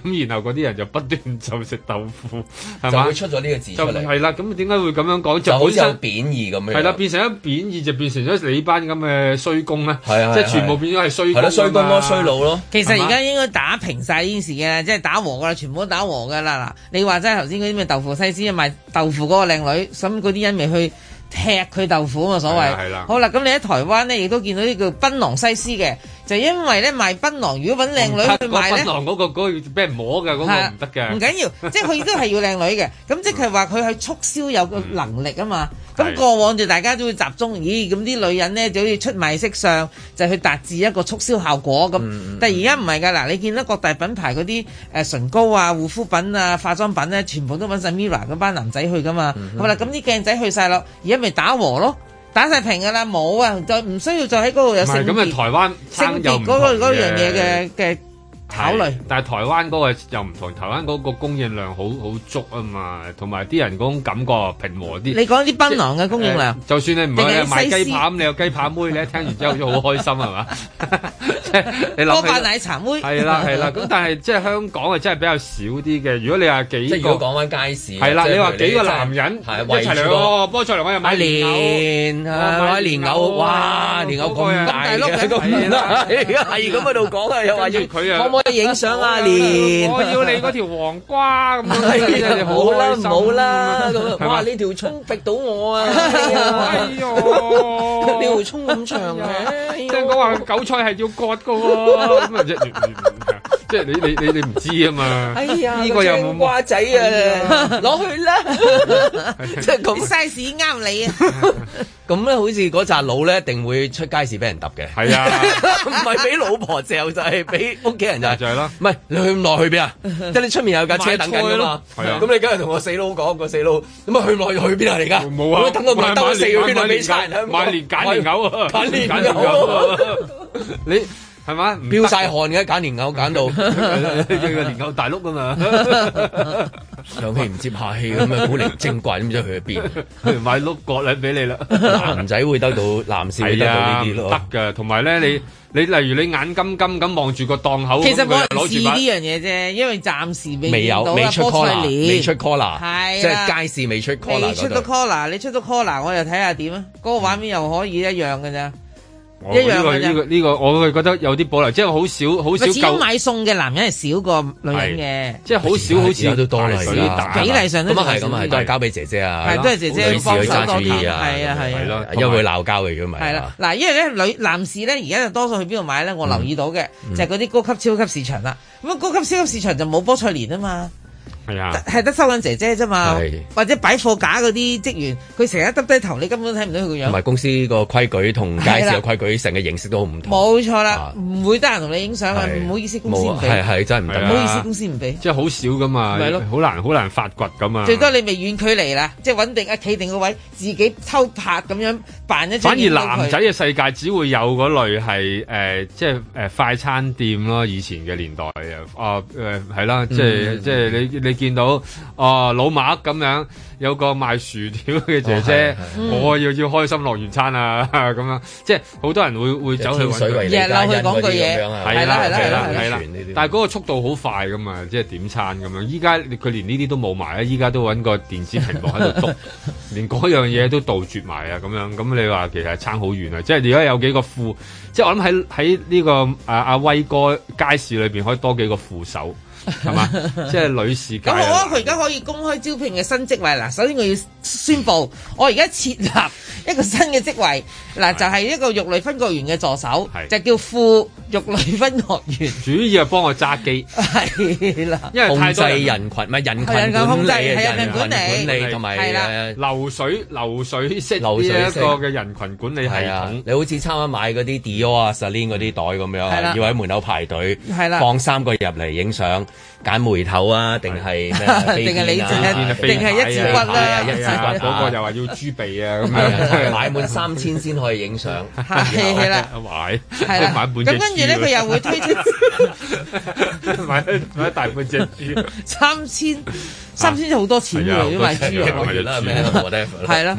Speaker 3: 咁然後嗰啲人就不斷就食豆腐，係
Speaker 2: 就
Speaker 3: 嘛
Speaker 2: 會？出咗呢個字出
Speaker 3: 就
Speaker 2: 嚟，
Speaker 3: 係啦，咁點解會咁樣講？
Speaker 2: 就
Speaker 3: 就
Speaker 2: 好
Speaker 3: 本
Speaker 2: 似有
Speaker 3: 身
Speaker 2: 貶義咁樣。
Speaker 3: 係啦，變成一貶義就變成咗你班咁嘅衰公啦，即
Speaker 2: 係啊係啊
Speaker 3: 係全部變咗係衰
Speaker 2: 係
Speaker 3: 公
Speaker 2: 咯，
Speaker 3: 啊
Speaker 2: 衰公
Speaker 3: 嘛
Speaker 2: 咯，衰佬咯。
Speaker 4: 其實而家應該打平晒呢件事嘅，即係打和噶啦，全部都打和噶啦。嗱，你話齋頭先嗰啲咩豆腐西施賣豆腐嗰個靚女，咁嗰啲人咪去踢佢豆腐啊嘛，所
Speaker 3: 係啦係
Speaker 4: 謂
Speaker 3: 啦。
Speaker 4: 好啦，咁你喺台灣咧，亦都見到呢叫檳榔西施嘅，就因為咧賣檳榔，如果揾靚女
Speaker 3: 嗰
Speaker 4: 去賣
Speaker 3: 個
Speaker 4: 咧
Speaker 3: 檳。榔嗰個嗰個俾人摸㗎，嗰個
Speaker 4: 係啊
Speaker 3: 唔得嘅。
Speaker 4: 唔緊 要，即係佢都係要靚女嘅，咁即係話佢去促銷有個能力啊嘛。咁
Speaker 3: 嗯係
Speaker 4: 過往就大家都會集中，咦咁啲女人咧就好似出賣色相，就去達至一個促銷效果
Speaker 3: 嗯
Speaker 4: 咁。但係而家唔係㗎，嗱你見到各大品牌嗰啲誒唇膏啊、護膚品啊、化妝品咧，全部都揾晒 Mira 嗰班男仔去㗎嘛。
Speaker 3: 嗯
Speaker 4: 好啦，咁啲鏡仔去晒咯，而家咪打和咯，打晒平㗎啦，冇啊，就唔需要再喺嗰度有
Speaker 3: 唔係
Speaker 4: 性
Speaker 3: 咁啊，
Speaker 4: 別
Speaker 3: 台灣
Speaker 4: 性
Speaker 3: 生又
Speaker 4: 別
Speaker 3: 唔
Speaker 4: 嗰
Speaker 3: 同
Speaker 4: 個嗰樣嘢嘅嘅考慮
Speaker 3: 係。但係台灣嗰個又唔同，台灣嗰個供應量好好足啊嘛，同埋啲人嗰種感覺平和啲。
Speaker 4: 你講啲檳榔嘅供應量
Speaker 3: 誒。就算你唔係
Speaker 4: 定係
Speaker 3: 買
Speaker 4: 西施
Speaker 3: 雞扒咁，你有雞扒妹，你一聽完之後就好開心 係嘛？即係你
Speaker 4: 波
Speaker 3: 諗
Speaker 4: 霸
Speaker 3: 起
Speaker 4: 奶茶妹
Speaker 3: 係啦係啦，咁但係即係香港啊，真係比較少啲嘅。如果你話
Speaker 2: 即係
Speaker 3: 幾
Speaker 2: 如
Speaker 3: 個
Speaker 2: 果講翻街市，啊
Speaker 3: 係啦，
Speaker 2: 即係
Speaker 3: 你話
Speaker 2: 譬如
Speaker 3: 幾個
Speaker 2: 真係
Speaker 3: 男人
Speaker 2: 係
Speaker 3: 一齊
Speaker 2: 圍
Speaker 3: 嚟
Speaker 2: 住個
Speaker 3: 哦，菠菜嚟我又買
Speaker 2: 買
Speaker 3: 蓮藕
Speaker 2: 蓮啊，買蓮藕，哇！蓮藕
Speaker 3: 啊
Speaker 2: 咁大嘅，咁大， 係咁喺度講啊，又話要可唔可以影相啊？蓮，
Speaker 3: 我要你嗰條黃瓜咁樣，
Speaker 2: 好啦，唔好啦，
Speaker 3: 係
Speaker 4: 啊
Speaker 2: 咁
Speaker 3: 嘛
Speaker 2: 哇！呢條葱逼到我 啊！
Speaker 3: 啊哎
Speaker 2: 呢
Speaker 3: 呦，
Speaker 2: 條葱咁長嘅，
Speaker 3: 聽講話韭菜係要割噶喎，咁啊即係即係你你你你唔知啊嘛，
Speaker 2: 哎呀，
Speaker 3: 呢個又
Speaker 2: 青
Speaker 3: 冇
Speaker 2: 瓜仔啊，攞去啦！ 即係
Speaker 4: 啲
Speaker 2: 咁
Speaker 4: size 啱你啊！
Speaker 2: 咁咧，好似嗰扎佬咧，一定會出街市俾人揼嘅。
Speaker 3: 係啊，
Speaker 2: 唔係俾老婆嚼，就係俾屋企人就係
Speaker 3: 就係咯。
Speaker 2: 唔係你去唔落去邊啊？即係你出面有架車等緊㗎嘛。
Speaker 3: 買菜咯係啊
Speaker 2: 咁你梗係同個死佬講，個死佬咁啊去唔落去去邊啊？你而家
Speaker 3: 冇啊
Speaker 2: 我等我咪兜四個圈啊！俾差人
Speaker 3: 買連揀蓮藕啊，
Speaker 2: 揀蓮
Speaker 3: 藕
Speaker 2: 藕
Speaker 3: 啊，你係嘛？
Speaker 2: 飆晒汗嘅，揀蓮藕揀 到，
Speaker 3: 蓮藕大碌啊嘛，
Speaker 2: 上氣唔接下氣咁樣，古靈精怪咁就去咗邊？
Speaker 3: 買碌角禮俾你啦。
Speaker 2: 男仔會得到，男士會得到呢啲
Speaker 3: 係
Speaker 2: 咯
Speaker 3: 啊。得㗎。同埋咧，你你例如你眼金金咁望住個檔口，
Speaker 4: 其實
Speaker 3: 咁佢
Speaker 4: 冇
Speaker 3: 就
Speaker 4: 人
Speaker 3: 攞
Speaker 4: 試
Speaker 3: 住
Speaker 4: 呢
Speaker 3: 把
Speaker 4: 樣嘢啫，因為暫時
Speaker 2: 未有
Speaker 4: 見到
Speaker 2: 未
Speaker 4: 啦
Speaker 2: 出
Speaker 4: 菠菜
Speaker 2: collar，
Speaker 4: 蓮
Speaker 2: 未出 collar，
Speaker 4: 係
Speaker 2: 即
Speaker 4: 啦
Speaker 2: 係街市未出 collar
Speaker 4: 未
Speaker 2: 嗰
Speaker 4: 出
Speaker 2: 度
Speaker 4: 到 collar，你出到 collar，我又睇下點啊！嗰、個畫面又可以一樣嘅咋，
Speaker 3: 我
Speaker 4: 一樣
Speaker 3: 哦呢個
Speaker 4: 嘅
Speaker 3: 呢
Speaker 4: 咋。
Speaker 3: 個呢個，我覺得有啲保留，即係好少好少
Speaker 4: 咪始
Speaker 3: 夠
Speaker 4: 終買餸嘅男人係少過女人嘅，
Speaker 3: 即係好少好似
Speaker 2: 而家都多啦，而家
Speaker 3: 大水
Speaker 4: 比例上都
Speaker 2: 咁
Speaker 4: 仲
Speaker 2: 啊係
Speaker 4: 係
Speaker 2: 咁
Speaker 4: 少
Speaker 2: 啊係，
Speaker 4: 啲
Speaker 2: 都係交俾姐姐啊，
Speaker 4: 係都係姐姐
Speaker 2: 女士去揸主
Speaker 4: 幫
Speaker 2: 意啊，
Speaker 4: 手多啲係啊係啊係
Speaker 2: 咯
Speaker 4: 咯，
Speaker 2: 因為會鬧交嘅啊如果唔係
Speaker 4: 係啦，嗱，因為咧女男士咧而家就多數去邊度買咧，我留意到嘅、就係嗰啲高級超級市場啦。咁啊，高級超級市場就冇菠菜蓮啊 嘛，
Speaker 3: 係啊。
Speaker 4: 係得收銀姐姐啫嘛
Speaker 2: 係，
Speaker 4: 或者擺貨架嗰啲職員，佢成日耷低頭，你根本睇唔到佢個
Speaker 2: 同
Speaker 4: 樣。
Speaker 2: 埋公司個規矩同街市
Speaker 4: 係啦
Speaker 2: 嘅規矩成個形式都好唔同。
Speaker 4: 冇錯啦，唔會得閒同你影相啊，
Speaker 2: 係
Speaker 4: 唔好意思，公司唔
Speaker 2: 冇啊
Speaker 4: 俾。
Speaker 2: 係係真係唔
Speaker 4: 唔
Speaker 2: 得
Speaker 4: 好。意思，公司唔俾。
Speaker 3: 即係好少噶嘛，
Speaker 4: 咪咯
Speaker 3: 好難好難發掘噶嘛。
Speaker 4: 最多你咪遠距離啦，即係揾定啊，企定個位，自己偷拍咁樣扮一張
Speaker 3: 反而
Speaker 4: 影俾佢。
Speaker 3: 男仔嘅世界只會有嗰類係誒、呃即係誒、呃快餐店咯，以前嘅年代啊，啊誒係啦，即係、
Speaker 2: 嗯
Speaker 3: 即係你你見到啊老麥咁樣有個賣薯條嘅姐姐，
Speaker 4: 係
Speaker 2: 哦
Speaker 4: 係
Speaker 3: 我要要開心樂園餐啊 咁樣，即係好多人會會走去
Speaker 2: 天水
Speaker 3: 揾
Speaker 2: 圍
Speaker 3: 佢。
Speaker 2: 李嘉欣嗰啲咁樣啊
Speaker 3: 係啦係啦係啦係啦
Speaker 2: 呢啲，
Speaker 3: 但係嗰個速度好快噶嘛，即係點餐咁樣。依家佢連呢啲都冇埋啊，依家都揾個電子屏幕喺 度篤，連嗰樣嘢都杜絕埋啊咁樣。咁你話其實差好遠啊！即係而家有幾個副，即係我諗喺喺呢個啊阿威哥街市裏邊可以多幾個副手，係 嘛？即係女士街
Speaker 4: 咁
Speaker 3: 啊。
Speaker 4: 好啊！佢而家可以公開招聘嘅新職位嗱，首先我要宣布，我而家設立一個新嘅職位嗱，就係一個肉類分割員嘅助手，就叫副肉類分割員，
Speaker 3: 主要係幫我揸機，
Speaker 4: 係啦，
Speaker 3: 因為
Speaker 2: 控
Speaker 3: 太
Speaker 2: 制
Speaker 3: 多人
Speaker 2: 人群，唔係人群
Speaker 4: 係人群
Speaker 2: 管
Speaker 4: 控
Speaker 2: 理
Speaker 4: 制
Speaker 2: 啊，
Speaker 4: 係啊
Speaker 2: 人
Speaker 4: 人群
Speaker 2: 群
Speaker 4: 管理
Speaker 2: 管理同埋
Speaker 4: 係啦
Speaker 2: 誒
Speaker 3: 流水流水式呢
Speaker 2: 流
Speaker 3: 一
Speaker 2: 水式
Speaker 3: 個嘅人群管理系
Speaker 2: 係啊
Speaker 3: 統，。
Speaker 2: 你好似參啱買嗰啲 Dior 啊、Celine 嗰啲袋咁
Speaker 4: 係
Speaker 2: 樣
Speaker 4: 啦，
Speaker 2: 要喺門口排隊
Speaker 4: 係，啦
Speaker 2: 放三個入嚟影相，揀梅頭啊，定係 咩
Speaker 4: 定係你
Speaker 2: 飛
Speaker 4: 淨
Speaker 2: 天啊
Speaker 4: 係定係一字骨啦，
Speaker 2: 一字
Speaker 3: 係啊
Speaker 2: 骨
Speaker 3: 嗰個又話要豬鼻啊咁
Speaker 2: 係啊
Speaker 3: 樣，
Speaker 2: 買滿三千先可以影相。
Speaker 4: 係啦。
Speaker 2: 啊
Speaker 3: 買
Speaker 4: 係啦，
Speaker 3: 買半
Speaker 4: 咁
Speaker 3: 隻
Speaker 4: 跟住咧，
Speaker 3: 豬
Speaker 4: 佢又會推出
Speaker 3: 買買一大半隻豬，
Speaker 4: 三千，三千就好多錢
Speaker 3: 係啊
Speaker 4: 喎，因為
Speaker 3: 係
Speaker 4: 豬
Speaker 3: 啊
Speaker 4: 肉
Speaker 2: 一個月啦，咩啦，whatever 啦
Speaker 4: 係啦，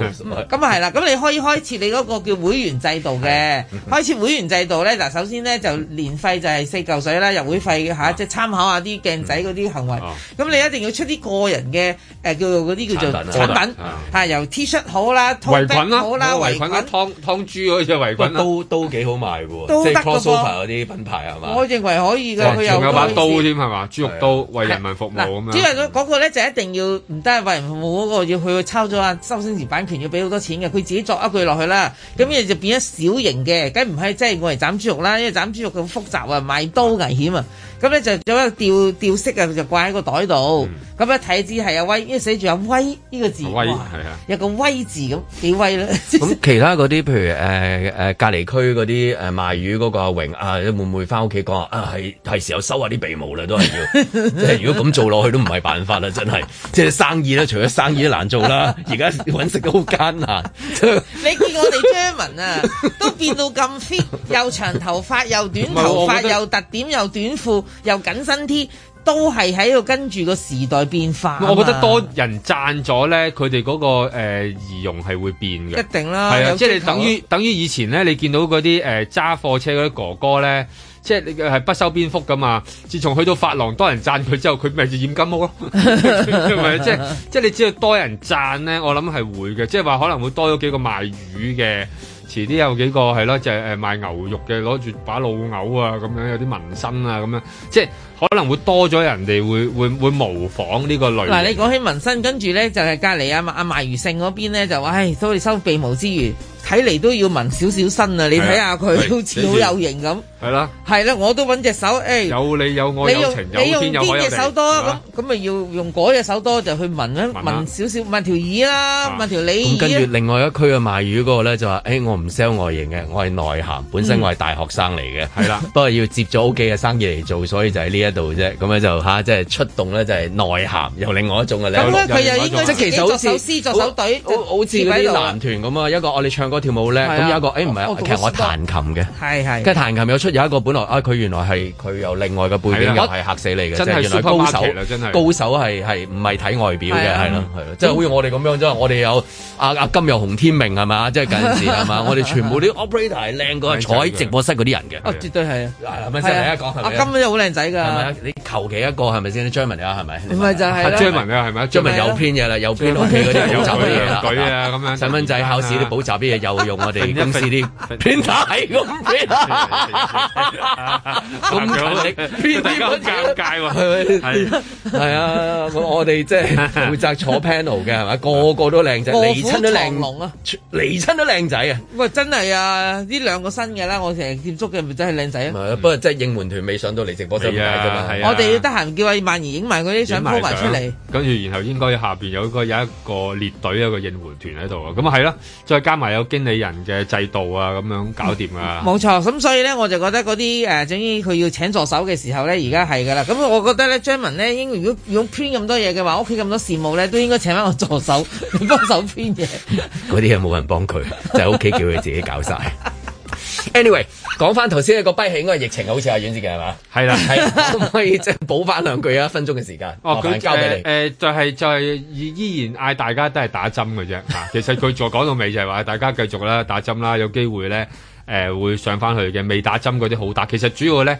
Speaker 4: 咁啊係啦，咁你可以開設你嗰個叫會員制度嘅，
Speaker 3: 嗯
Speaker 4: 開設會員制度咧，嗱首先咧就年費就係四嚿水啦，入會費嘅嚇，即係參考下啲鏡仔嗰啲行為，
Speaker 3: 啊
Speaker 4: 咁你一定要出啲個人嘅誒叫做嗰啲叫做
Speaker 2: 產品
Speaker 3: 啊
Speaker 4: 產品
Speaker 3: 啊
Speaker 4: 嚇，由 T 恤好啦，
Speaker 3: 圍裙啦，
Speaker 4: 好啦，
Speaker 3: 冇
Speaker 4: 圍
Speaker 3: 圍裙啦，
Speaker 4: 裙，啊
Speaker 3: 湯湯豬嗰只圍
Speaker 2: 喂，
Speaker 3: 裙啦，
Speaker 2: 都都幾好賣嘅喎，
Speaker 4: 都
Speaker 2: 即係
Speaker 4: 得㗎噃
Speaker 2: crossover 嗰啲品牌係嘛？
Speaker 4: 我認為可以㗎，佢
Speaker 3: 哦仲
Speaker 4: 又
Speaker 3: 有
Speaker 4: 開
Speaker 3: 把
Speaker 4: 設啊
Speaker 3: 刀添係嘛，豬肉刀為人民服務
Speaker 4: 嗱，
Speaker 3: 咁
Speaker 4: 只
Speaker 3: 樣。
Speaker 4: 係嗰嗰個咧就一定要唔得係為人服務嗰個要佢抄咗啊周星馳版權要俾好多錢嘅，佢自己作一句落去啦，咁你就變咗小型嘅，梗唔係即係我嚟斬豬肉啦，因為斬豬肉咁複雜啊，賣刀危險啊，咁咧就有一個吊吊飾啊，就掛喺個袋度，咁一睇知係阿威，因為寫住阿威呢個字，
Speaker 3: 威
Speaker 4: 哇
Speaker 3: 係啊
Speaker 4: 有個威字咁幾威啦，
Speaker 2: 咁其他嗰啲，譬如誒誒、呃隔離區嗰啲誒賣魚嗰個阿榮啊，會唔會翻屋企講話啊？係係時候收下啲鼻毛啦，都係 要。即係如果咁做落去都唔係辦法啦，真係。即係生意咧，除咗生意都難做 啦，而家揾食都好艱難。即係
Speaker 4: 你見我哋 Jerman 啊，都變到咁 fit，又長頭髮，又短頭
Speaker 3: 唔係我覺
Speaker 4: 髮，
Speaker 3: 得
Speaker 4: 又特點，又短褲，又緊身 T，都係喺度跟住個時代變化啊嘛。
Speaker 3: 我覺得多人贊咗咧，佢哋嗰個誒儀容係會變嘅
Speaker 4: 一。定啦，
Speaker 3: 係啊，
Speaker 4: 有
Speaker 3: 即係
Speaker 4: 追
Speaker 3: 你
Speaker 4: 求
Speaker 3: 等於等於以前咧，你見到嗰啲誒揸貨車嗰啲哥哥咧，即係你呃係不修邊幅噶嘛。自從去到髮廊多人讚佢之後，佢咪就染金屋 咯，係咪？即係即係你只要多人讚咧，我諗係會嘅，即係話可能會多咗幾個賣魚嘅。遲啲有幾個係咯，就係、誒賣牛肉嘅，攞住把老牛啊咁樣，有啲紋身啊咁樣，即係可能會多咗人哋會會會模仿呢個類型。
Speaker 4: 嗱，你講起紋身，跟住咧就係隔離阿阿賣魚勝嗰邊咧就話，唉，都係收鼻毛之餘，睇嚟都要紋少少身啊！你睇下佢
Speaker 3: 係啊
Speaker 4: 好似好有型咁，
Speaker 3: 係啦，
Speaker 4: 係啦，我都揾隻手，哎誒。
Speaker 3: 有你有我
Speaker 4: 你
Speaker 3: 有
Speaker 4: 用
Speaker 3: 情有
Speaker 4: 你用
Speaker 3: 天有海有
Speaker 4: 邊
Speaker 3: 地
Speaker 4: 隻手多
Speaker 3: 係嘛
Speaker 4: 咁咁咪要用嗰隻手多就去聞啦，
Speaker 3: 聞啦
Speaker 4: 聞少少聞條耳啦，
Speaker 3: 啊
Speaker 4: 聞條脷
Speaker 2: 咁跟
Speaker 4: 耳
Speaker 2: 住
Speaker 4: 啦。
Speaker 2: 另外一區嘅賣魚嗰個咧就話：，誒、我唔 sell 外形嘅，我係內涵，本身嗯我係大學生嚟嘅，
Speaker 3: 係啦
Speaker 2: 不過要接咗屋企嘅生意嚟做，所以就喺呢一度啫。咁樣就吓，即係出動咧就係內涵，又另外一種嘅咧。
Speaker 4: 咁咧
Speaker 3: 有
Speaker 4: 佢又
Speaker 3: 有
Speaker 4: 應該
Speaker 3: 即係
Speaker 4: 自
Speaker 2: 其
Speaker 4: 己
Speaker 2: 實好
Speaker 4: 作
Speaker 2: 似
Speaker 4: 首詩作手隊，
Speaker 2: 好好似嗰
Speaker 4: 喺
Speaker 2: 啲
Speaker 4: 度
Speaker 2: 男團咁啊，一個我哋唱歌哥跳舞叻，
Speaker 4: 係啊
Speaker 2: 咁有一個誒唔
Speaker 4: 我我
Speaker 2: 係，
Speaker 4: 讀
Speaker 2: 其實我
Speaker 4: 書多
Speaker 2: 彈琴嘅。
Speaker 4: 係係。
Speaker 2: 跟住彈琴有出有一個本來啊，佢原來係佢有另外嘅背景，
Speaker 3: 係啦
Speaker 2: 又係嚇死你嘅，
Speaker 3: 真
Speaker 2: 即
Speaker 3: 係
Speaker 2: 係原來高手
Speaker 3: supermarket 啦真係
Speaker 2: 高手係係唔係睇外表嘅，
Speaker 3: 係啊
Speaker 2: 係咯係咯，即係好似我哋咁樣啫，我哋有啊阿阿金又洪天明係嘛，即係近時 係 嘛，我哋全部啲 operator 係靚過坐喺直播室嗰啲人
Speaker 4: 哦，
Speaker 2: 嘅。
Speaker 4: 絕對係
Speaker 2: 啊！係咪先？
Speaker 4: 係
Speaker 2: 你
Speaker 4: 啊
Speaker 2: 一講係
Speaker 4: 阿
Speaker 2: 咪？
Speaker 4: 金都好靚仔
Speaker 2: 係咪
Speaker 4: 㗎
Speaker 2: 啊，？你求其一個係咪先？張文啊係咪？
Speaker 4: 咪就係咯張文
Speaker 3: 啊係咪
Speaker 2: 張文有編嘢啦，有編 OK 嗰啲補習啲嘢啦，
Speaker 3: 有佢啊咁樣
Speaker 2: 細蚊仔考試啲補習啲嘢又用我哋公司啲編
Speaker 3: 邊
Speaker 2: 打係咁編咁 勤力
Speaker 3: 咁大家好尷尬喎，係
Speaker 2: 係係啊，我我哋 即係負責坐 panel 嘅係咪？個個都靚仔，
Speaker 4: 卧
Speaker 2: 嚟
Speaker 4: 虎
Speaker 2: 親都
Speaker 4: 藏龍
Speaker 2: 靚，
Speaker 4: 啊！
Speaker 2: 嚟親都靚仔啊！
Speaker 4: 喂，真係啊！呢兩個新嘅啦，我成日接觸嘅咪真係靚仔啊！
Speaker 2: 係啊不過即係應援團未上到嚟直播室咁解啫嘛，
Speaker 3: 係啊
Speaker 4: 我哋要得閒叫阿曼兒影埋嗰啲相 po 埋出嚟。，
Speaker 3: 跟住然後應該下邊有一個有一個列隊有一個應援團喺度啊，咁啊係啦，再加埋有經理人嘅制度啊，咁樣搞掂啊。
Speaker 4: 冇錯，咁所以咧，我就覺得嗰啲誒，總之佢要請助手嘅時候咧，而家係噶啦。咁我覺得咧，張文咧，應如果用 print 咁多嘢嘅話，屋企咁多事務咧，都應該請翻個助手 幫手 print 嘢。
Speaker 2: 嗰啲嘢冇人幫佢，就喺屋企叫佢自己搞晒。Anyway，講翻頭先個跛氣，應該係疫情，好似阿阮志嘅係嘛？
Speaker 3: 係啦
Speaker 2: 係可唔可以即係補翻兩句啊？一分鐘嘅時間，
Speaker 3: 哦，
Speaker 2: 麻
Speaker 3: 佢
Speaker 2: 煩交俾
Speaker 3: 誒
Speaker 2: 你。
Speaker 3: 誒就係就係依依然嗌大家都係打針嘅啫嚇。 其實佢再講到尾就係話大家繼續啦，打針啦，有機會咧誒、呃、會上翻去嘅。未打針嗰啲好打，其實主要咧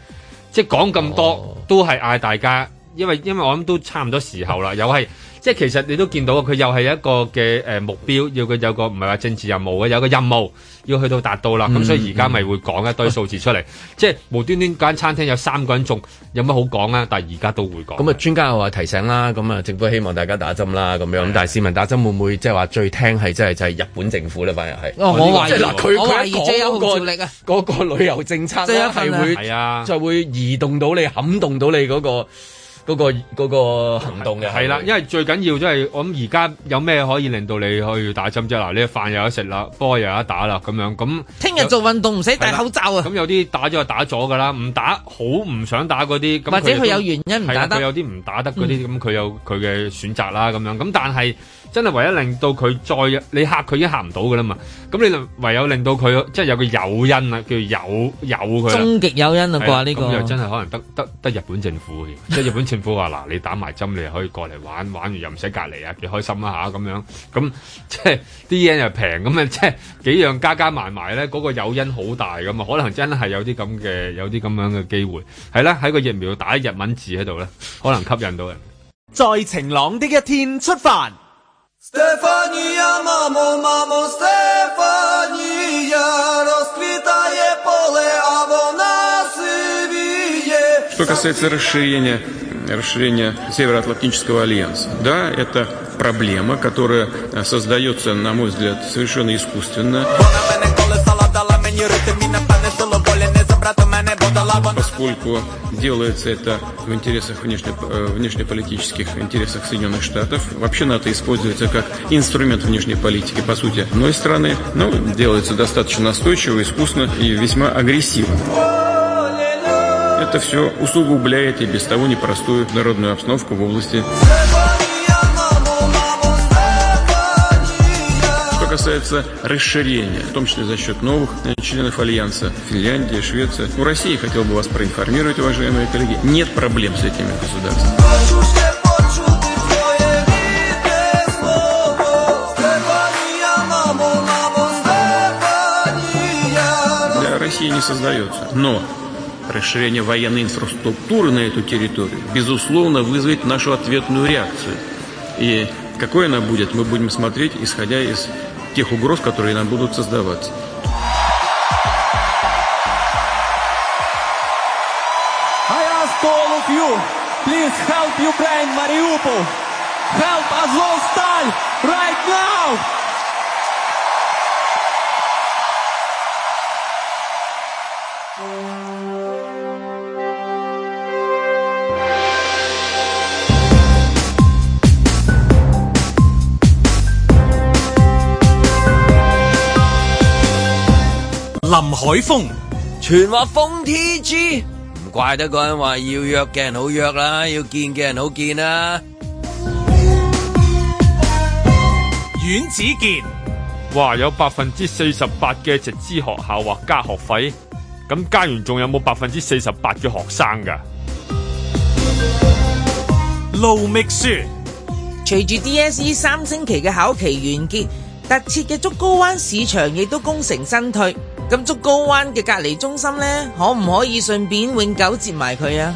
Speaker 3: 即係講咁多、都係嗌大家，因為因為我諗都差唔多時候啦，又係。即係其實你都見到佢又係一個嘅誒、呃目標，要佢有個唔係話政治任務嘅，有個任務要去到達到啦。咁、
Speaker 2: 嗯
Speaker 3: 所以而家咪會講一堆數字出嚟，即係無端端間餐廳有三個人中，有乜好講啊？但係而家都會講。
Speaker 2: 咁啊，專家又話提醒啦，咁啊，政府希望大家打針啦，咁樣。但係市民打針會唔會即係話最聽係即係就係日本政府咧？反而係。
Speaker 4: 哦我懷疑
Speaker 2: 即係嗱佢
Speaker 4: 我懷
Speaker 2: 佢
Speaker 4: 疑
Speaker 2: 一講
Speaker 4: J.O.
Speaker 2: 嗰個
Speaker 4: 號召力啊，
Speaker 2: 嗰個旅遊政策
Speaker 4: 最
Speaker 2: 咧
Speaker 4: 有一份
Speaker 2: 係
Speaker 4: 啊
Speaker 2: 會
Speaker 3: 係啊
Speaker 2: 就會移動到你、撼動到你嗰個嗰個嗰個行動嘅。
Speaker 3: 係啦，因為最緊要即係我諗而家有咩可以令到你去打針啫？嗱，你飯又有得食啦，波又有得打啦，咁樣咁。
Speaker 4: 聽日做運動唔使戴口罩啊！
Speaker 3: 咁有啲打咗就打咗㗎啦，唔打好唔想打嗰啲，咁
Speaker 4: 或者
Speaker 3: 都
Speaker 4: 佢有原因唔打得嗯
Speaker 3: 係啦佢有啲唔打得嗰啲，咁佢有佢嘅選擇啦，咁樣咁，但係真係唯一令到佢再你嚇佢已經嚇唔到㗎啦嘛，咁你唯有令到佢即係有個誘因啊啦，叫誘誘佢啦。
Speaker 4: 終極有因啊
Speaker 3: 係啦
Speaker 4: 啩呢
Speaker 3: 咁又
Speaker 4: 個。
Speaker 3: 真係可能得得得日本政府嘅， 即係日本政府話嗱，你打埋針你又可以過嚟玩，玩完又唔使隔離啊，幾開心啊嚇咁樣。咁即係啲嘢又平，咁啊即係幾樣加加埋埋咧，嗰、個誘因好大咁啊，可能真係有啲咁嘅有啲咁樣嘅機會，係啦，喺個疫苗打日文字喺度咧，可能吸引到人。
Speaker 5: 在晴朗的一天出發。
Speaker 7: Стефанія, мамо, мамо, Стефанія, розквітає поле, а вона сивіє.
Speaker 12: Что касается расширения, расширения Североатлантического альянса, да, это проблема, которая э, создается, на мой взгляд, совершенно искусственно, поскольку делается это в интересах внешне- э, внешнеполитических интересах Соединенных Штатов. Вообще НАТО используется как инструмент внешней политики, по сути, одной страны, но делается достаточно настойчиво, искусно и весьма агрессивно. Это все усугубляет и без того непростую народную обстановку в области. Что касается расширения, в том числе за счет новых э, членов Альянса, Финляндия, Швеция. У России, хотел бы вас проинформировать, уважаемые коллеги, нет проблем с этими государствами. Для России не создается. Но расширение военной инфраструктуры на эту территорию, безусловно, вызовет нашу ответную реакцию. И какой она будет, мы будем смотреть, исходя из тех угроз, которые нам будут создаваться.
Speaker 7: I ask all of you, please help Ukraine, Mariupol. Help Azovstal right now.
Speaker 1: 林海峰，
Speaker 13: 全話封 T G，唔怪得嗰人話要約嘅人好約啦，要見嘅人好見啦。
Speaker 1: 阮子健，
Speaker 3: 哇！有百分之四十八嘅直資學校話加學費，咁加完仲有冇百分之四十八嘅學生㗎？
Speaker 1: 路觅雪，
Speaker 4: 隨住 DSE 三星期嘅考期完結，特設嘅竹篙灣市場亦都功成身退。咁竹篙灣嘅隔離中心呢，可唔可以順便永久接埋佢啊？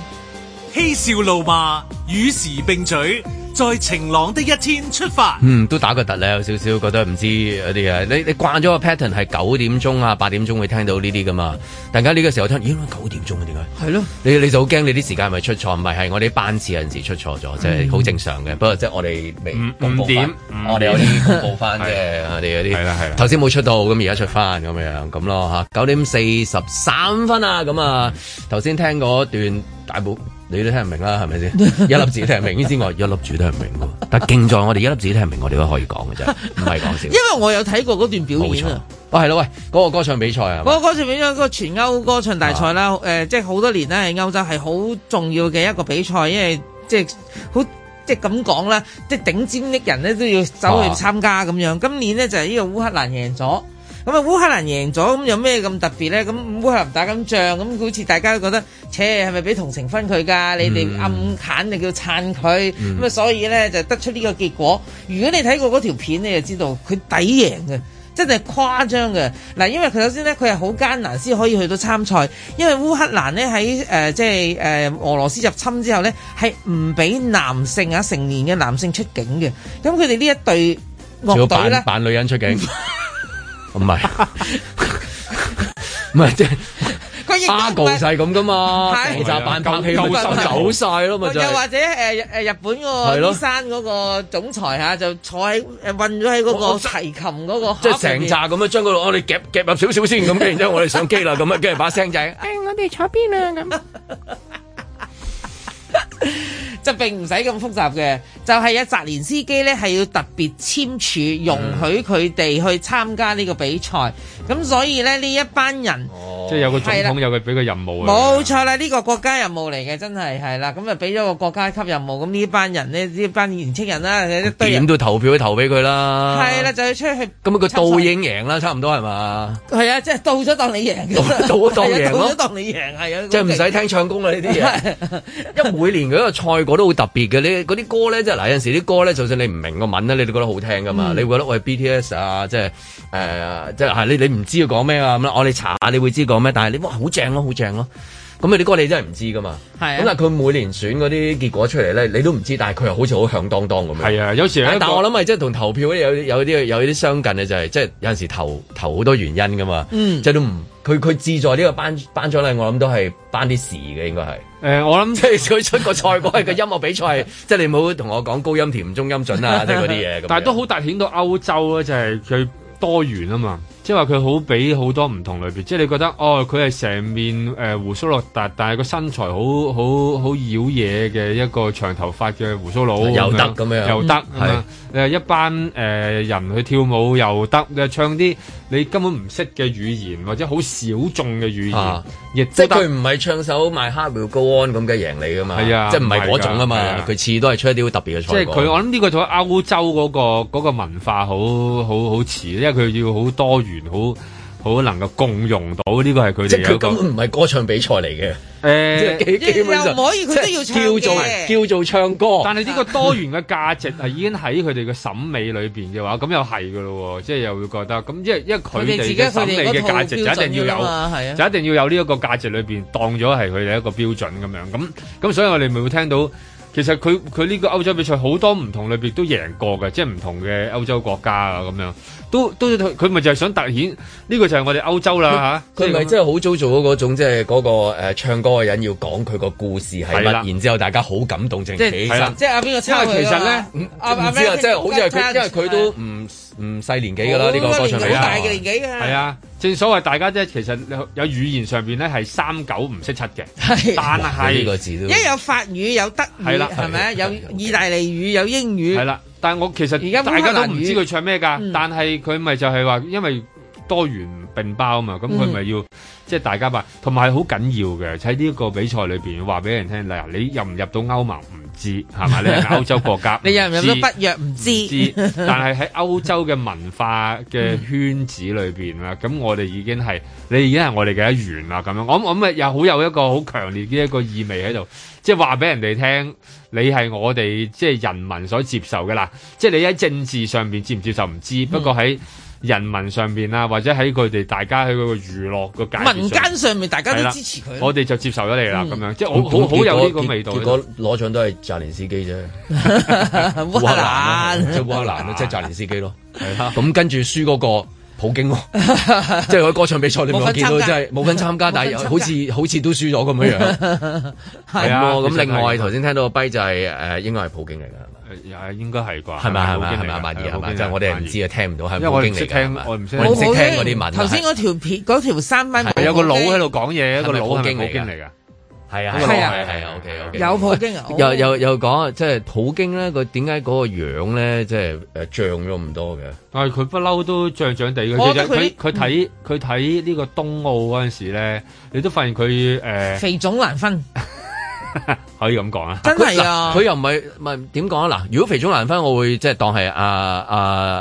Speaker 1: 嬉笑怒罵，與時並舉，在晴朗的一天出發。
Speaker 2: 嗯，都打個突咧，有少少覺得唔知嗰啲啊。你你慣咗個 pattern 係九點鐘啊、八點鐘會聽到呢啲噶嘛？突然間呢個時候聽，咦？九點鐘啊？點解？
Speaker 4: 係咯，
Speaker 2: 你你就好驚你啲時間係咪出錯？唔係，係我哋班次有陣時出錯咗，即係好正常嘅。不過即係我哋未公佈
Speaker 3: 點
Speaker 2: 翻，我哋有啲公佈 翻啫。我哋嗰啲係啦係啦，頭先冇出到，咁而家出翻咁樣咁咯嚇。九點四十三分啊，咁啊頭先聽嗰段大部。你都聽唔明啦，係咪先？ 一粒字聽唔明之外，一粒字都係唔明喎。但勁在我哋一粒字聽唔明，我哋都可以講嘅啫，唔係講笑
Speaker 4: 因。為我有睇過嗰段表
Speaker 2: 冇
Speaker 4: 演
Speaker 2: 錯
Speaker 4: 啊。。
Speaker 2: 哦，係咯，喂，嗰、個歌唱比賽啊係嘛？
Speaker 4: 嗰個歌唱比賽，嗰個全歐歌唱大賽啦，誒、呃即係好多年咧喺歐洲係好重要嘅一個比賽，因為即係好即係咁講啦，即係頂尖的人咧都要走去
Speaker 14: 啊
Speaker 4: 參加咁樣。今年呢，就係、呢個烏克蘭贏咗。咁啊，烏克蘭贏咗，咁有咩咁特別咧？咁烏克蘭打緊仗，咁好似大家都覺得，切係咪俾同情分佢㗎？你哋
Speaker 14: 嗯
Speaker 4: 暗砍定叫撐佢，咁啊、
Speaker 14: 嗯
Speaker 4: 所以咧就得出呢個結果。如果你睇過嗰條片，你就知道佢抵贏嘅。真係誇張嘅嗱，因為佢首先咧，佢係好艱難先可以去到參賽，因為烏克蘭咧喺誒即係誒、呃俄羅斯入侵之後咧，係唔俾男性啊成年嘅男性出境嘅。咁佢哋呢一隊
Speaker 2: 仲
Speaker 4: 樂隊
Speaker 2: 要扮
Speaker 4: 咧，
Speaker 2: 扮女人 出境，唔係， 唔係即係。
Speaker 4: 佢亦都
Speaker 2: 阿
Speaker 4: 唔
Speaker 2: 豪
Speaker 4: 係
Speaker 2: 就係咁噶嘛，
Speaker 4: 啊係
Speaker 2: 成集扮拍戲
Speaker 4: 夠
Speaker 2: 咪
Speaker 4: 夠
Speaker 2: 走晒咯，咪就
Speaker 4: 又
Speaker 2: 係
Speaker 4: 或者誒誒日本
Speaker 2: 係
Speaker 4: 嗰個
Speaker 2: 咯
Speaker 4: 伊山嗰個總裁嚇就坐喺誒韞咗喺嗰個提琴嗰個盒
Speaker 2: 即係
Speaker 4: 入
Speaker 2: 成
Speaker 4: 面
Speaker 2: 集咁樣將佢我哋夾夾入少少先咁，跟然之後我哋上機啦，咁啊，跟住把聲就
Speaker 4: 誒，
Speaker 2: 係
Speaker 4: 我哋坐邊啊 咁。就並唔使咁複雜嘅，就係、阿澤連斯基咧係要特別簽署容許佢哋去參加呢個比賽，咁、所以咧呢一班人，
Speaker 3: 即係
Speaker 2: 哦
Speaker 3: 有個總
Speaker 4: 係啦
Speaker 3: 統有個俾個任務啊。
Speaker 4: 冇錯啦，呢、個國家任務嚟嘅，真係係啦，咁啊俾咗個國家級任務，咁呢班人呢，呢班年青人啦，一堆
Speaker 2: 點
Speaker 4: 人
Speaker 2: 都投票都投俾佢啦。
Speaker 4: 啊係啦，，就要出去
Speaker 2: 咁啊個倒
Speaker 4: 參賽
Speaker 2: 影贏啦，差唔多係嘛？
Speaker 4: 係啊，即係到咗當你贏㗎啦，
Speaker 2: 哦到咗當
Speaker 4: 係啊
Speaker 2: 贏咯
Speaker 4: 到咗當你贏係啊，
Speaker 2: 即係唔使聽唱功啦呢啲嘢，因為每年嗰個賽果都好特別嘅。你嗰啲歌咧，即係嗱有陣時啲歌咧，就算你唔明個文咧，你都覺得好聽噶嘛。
Speaker 3: 嗯
Speaker 2: 你會覺得喂 BTS 啊，即係誒、呃即係係你你唔知佢講咩啊咁啦。我哋查下你會知講咩，但係你哇好正咯，好正咯。咁啊啲歌你真係唔知噶嘛。
Speaker 4: 係啊
Speaker 2: 咁但係佢每年選嗰啲結果出嚟咧，你都唔知，但係佢又好似好響當當咁樣。係
Speaker 3: 啊，有時
Speaker 2: 但但我諗係即係同投票咧有有啲有啲相近嘅就係即係有陣時投投好多原因噶嘛。
Speaker 3: 嗯
Speaker 2: 即係都唔佢佢志在呢個頒頒獎禮，我諗都係頒啲事嘅應該係。
Speaker 3: 誒、我 諗
Speaker 2: 即係佢出個賽果係個音樂比賽，即係你唔好同我講高音甜、中音準 啊，即係嗰啲嘢咁樣。
Speaker 3: 但係都好凸顯到歐洲咧，就係佢多元啊嘛，即係話佢好俾好多唔同類別，即係你覺得哦，佢係成面誒、呃、胡鬚落達，但係個身材好好好妖嘢嘅一個長頭髮嘅胡鬚佬，
Speaker 2: 又得咁樣
Speaker 3: 又得
Speaker 2: 嗯
Speaker 3: 係嘛誒啊一班誒、呃人去跳舞又得，誒唱啲你根本唔識嘅語言或者好小眾嘅語言
Speaker 2: 啊，
Speaker 3: 亦
Speaker 2: 即
Speaker 3: 都
Speaker 2: 係
Speaker 3: 得
Speaker 2: 佢。唔係唱首 My Heart Will Go On 咁嘅贏你噶嘛，
Speaker 3: 係啊
Speaker 2: 即係唔係嗰種啊
Speaker 3: 唔係㗎
Speaker 2: 嘛
Speaker 3: 係啊，
Speaker 2: 佢次都係出一啲好特別嘅
Speaker 3: 即係
Speaker 2: 賽果。
Speaker 3: 佢，我諗呢個同歐洲嗰、個嗰個文化好好好似，因為佢要好多元，好好能夠共融到呢個係佢
Speaker 2: 即
Speaker 3: 哋
Speaker 2: 係
Speaker 3: 有
Speaker 2: 佢
Speaker 3: 一個
Speaker 2: 根本唔係歌唱比賽嚟嘅，
Speaker 3: 誒
Speaker 2: 即係基基本上
Speaker 4: 又唔可以佢都要唱嘅
Speaker 2: 叫做叫做唱歌。
Speaker 3: 但係呢個多元嘅價值啊係已經喺佢哋嘅審美裏邊嘅話，咁又係嘅咯喎，即係又會覺得咁，因為因為佢哋嘅審美嘅價值就一定要
Speaker 4: 佢哋自己佢哋嗰套標準㗎嘛係啊
Speaker 3: 有，就一定要有呢一個價值裏邊當咗係佢哋一個標準咁樣。咁咁所以我哋咪會聽到。其實佢佢呢個歐洲比賽好多唔同類別都贏過嘅，即係唔同嘅歐洲國家啊咁樣，都都佢咪就係想突顯呢、個就係我哋歐洲啦嚇。
Speaker 2: 佢咪
Speaker 3: 啊即係咁
Speaker 2: 真係好早做嗰種，即係嗰個誒唱歌嘅人要講佢個故事係
Speaker 3: 係
Speaker 2: 乜，
Speaker 3: 啦
Speaker 2: 然之後大家好感動，淨
Speaker 4: 即
Speaker 2: 係
Speaker 4: 係
Speaker 2: 起
Speaker 4: 係啦
Speaker 2: 身。
Speaker 4: 即係阿邊個抄佢㗎嘛
Speaker 2: 因為其實咧，
Speaker 3: 嗯
Speaker 2: 唔
Speaker 4: 阿阿
Speaker 2: 唔知啊，
Speaker 4: American
Speaker 2: 即係好似係
Speaker 4: Got
Speaker 2: 佢，因為
Speaker 4: Talent
Speaker 2: 佢都唔唔細年紀㗎啦，呢個
Speaker 4: 好
Speaker 2: 歌唱啊比
Speaker 4: 年紀好大嘅
Speaker 2: 賽。
Speaker 4: 年紀㗎，
Speaker 3: 係啊，正所謂大家啫，其實有有語言上邊咧係三九唔識七嘅，但係
Speaker 2: 呢個字都
Speaker 4: 因為有法語有德
Speaker 3: 係啦
Speaker 4: 語係咪啊？有意大利語有英語
Speaker 3: 係啦。但係我其實
Speaker 4: 烏克蘭
Speaker 3: 大家都唔
Speaker 4: 語嗯
Speaker 3: 知佢唱咩㗎，但係佢咪就係話因為。多元並包啊嘛，咁佢咪
Speaker 14: 嗯
Speaker 3: 要即係大家話，同埋好緊要嘅喺呢個比賽裏邊話俾人聽，嗱你入唔入到歐盟唔知係咪？你係歐洲國家，
Speaker 4: 你入唔入
Speaker 3: 知
Speaker 4: 到北約唔知
Speaker 3: 知， 但係喺歐洲嘅文化嘅圈子裏邊啦，咁我哋已經係你已經係我哋嘅一員啦，咁樣我我咪又好有一個好強烈嘅一個意味喺度，即係話俾人哋聽，你係我哋即係人民所接受嘅啦，即係你喺政治上邊接唔接受唔
Speaker 4: 嗯
Speaker 3: 知，不過喺人民上邊啊，或者喺佢哋大家喺嗰個娛樂個界別上
Speaker 4: 民間上面大家都支持佢嗯
Speaker 3: 我哋就接受咗你啦，咁樣即係
Speaker 2: 咁
Speaker 3: 好好好有呢個
Speaker 2: 結果
Speaker 3: 味道喺度。
Speaker 2: 結果攞獎都係澤連斯基啫，
Speaker 4: 烏克蘭
Speaker 2: 啊即係烏克蘭咯，即係澤連斯基咯。係啦，咁跟住輸嗰個普 京喎，即係佢歌唱比賽你冇見到，
Speaker 4: 冇份參加
Speaker 2: 真係冇份參加，但係好似好似都輸咗咁樣 樣。係
Speaker 3: 係啊
Speaker 2: 喎咁
Speaker 3: 其實
Speaker 2: 另外
Speaker 3: 係
Speaker 2: 頭先聽到個跛就係誒應該係普京嚟㗎。
Speaker 3: 誒應該係啩？
Speaker 2: 係咪係
Speaker 3: 普
Speaker 2: 咪
Speaker 3: 京
Speaker 2: 係咪
Speaker 3: 嚟㗎
Speaker 2: 萬二係
Speaker 3: 普
Speaker 2: 咪？
Speaker 3: 京
Speaker 2: 即係我哋唔知啊，聽唔到係普京
Speaker 3: 因為我唔
Speaker 2: 嚟㗎
Speaker 3: 識
Speaker 2: 係
Speaker 3: 聽
Speaker 2: 咪。
Speaker 3: 我唔識
Speaker 2: 我唔識
Speaker 4: 冇
Speaker 2: 聽
Speaker 4: 嘅
Speaker 2: 嗰啲文啊。
Speaker 4: 頭先
Speaker 2: 係
Speaker 4: 嗰條片嗰條山班
Speaker 2: 係啊有個腦喺
Speaker 3: 度講嘢一個腦係咪普京嚟㗎？
Speaker 2: 係啊
Speaker 3: 一個腦
Speaker 2: 係啊
Speaker 3: 係
Speaker 2: 係啊，OK OK。
Speaker 4: 有普京啊，哦
Speaker 2: 又又又講啊，即係普京咧，佢點解嗰個樣咧，即係誒漲咗咁多嘅？
Speaker 3: 但哎係佢不嬲都漲漲地嘅，
Speaker 2: 我
Speaker 3: 其
Speaker 2: 覺
Speaker 3: 實
Speaker 2: 得佢
Speaker 3: 佢佢睇佢睇呢個冬奧嗰陣時咧，你都發現佢誒
Speaker 4: 嗯 肥腫難分，
Speaker 3: 可以咁講啊，
Speaker 4: 真係啊
Speaker 2: 佢嗱佢又唔係唔係點講啊？嗱，如果肥中難分，我會即係當係啊阿阿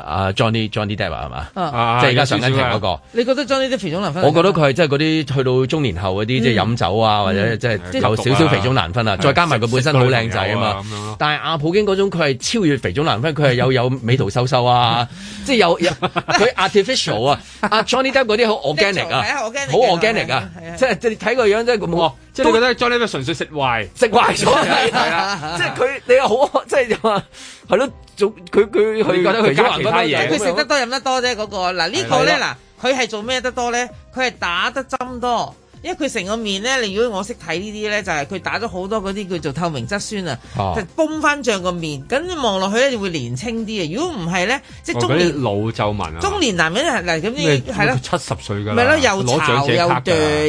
Speaker 2: 阿 Johnny Johnny Depp 啊係嘛？
Speaker 4: 啊
Speaker 2: 即係而家上緊庭嗰個。
Speaker 4: 你覺得 Johnny 啲肥腫難分？
Speaker 2: 我覺得佢係即係嗰啲去到中年後嗰啲，即係
Speaker 4: 啊嗯
Speaker 2: 飲酒啊，或者
Speaker 4: 嗯
Speaker 2: 即
Speaker 4: 即係
Speaker 2: 係有少少肥中難分啊，
Speaker 3: 係
Speaker 2: 再加埋佢本身好靚仔啊
Speaker 3: 識到
Speaker 2: 嘛
Speaker 3: 朋友啊咁樣咯。
Speaker 2: 但係阿普京嗰種佢係超越肥中難分，佢係有有美圖秀秀啊，即係有有佢 artificial 啊，阿 Johnny Depp 嗰啲好 organic 啊
Speaker 4: 係啊，organic，
Speaker 2: 好 organic 啊，即係你睇個樣真係咁。
Speaker 3: 哦即係你覺得 Johnny 咪純粹食壞哦
Speaker 2: 食壞咗啊
Speaker 3: 係啦，
Speaker 2: 即係佢你又好即係又話係咯，做佢佢佢
Speaker 3: 佢
Speaker 2: 覺得佢
Speaker 3: 佢加其他嘢
Speaker 4: 佢食得多飲得多啫，嗰個嗱呢個咧嗱，佢係做咩得多咧？佢係打得針多。因為佢成個面咧，你如果我識睇呢啲咧，就係佢打咗好多嗰啲叫做透明質酸啊，
Speaker 3: 哦
Speaker 4: 就崩翻漲個面，咁你望落去咧就會年青啲啊！如果唔係咧，即係
Speaker 3: 哦
Speaker 4: 中
Speaker 3: 嗰
Speaker 4: 年
Speaker 3: 啲老皺紋啊，
Speaker 4: 中年男人係嗱咁
Speaker 3: 咩
Speaker 4: 呢係咯。
Speaker 3: 七十歲㗎啦，
Speaker 4: 咪咯，又
Speaker 3: 攞
Speaker 4: 巢
Speaker 3: 獎
Speaker 4: 又
Speaker 3: 者卡
Speaker 4: 哚
Speaker 3: 㗎啦。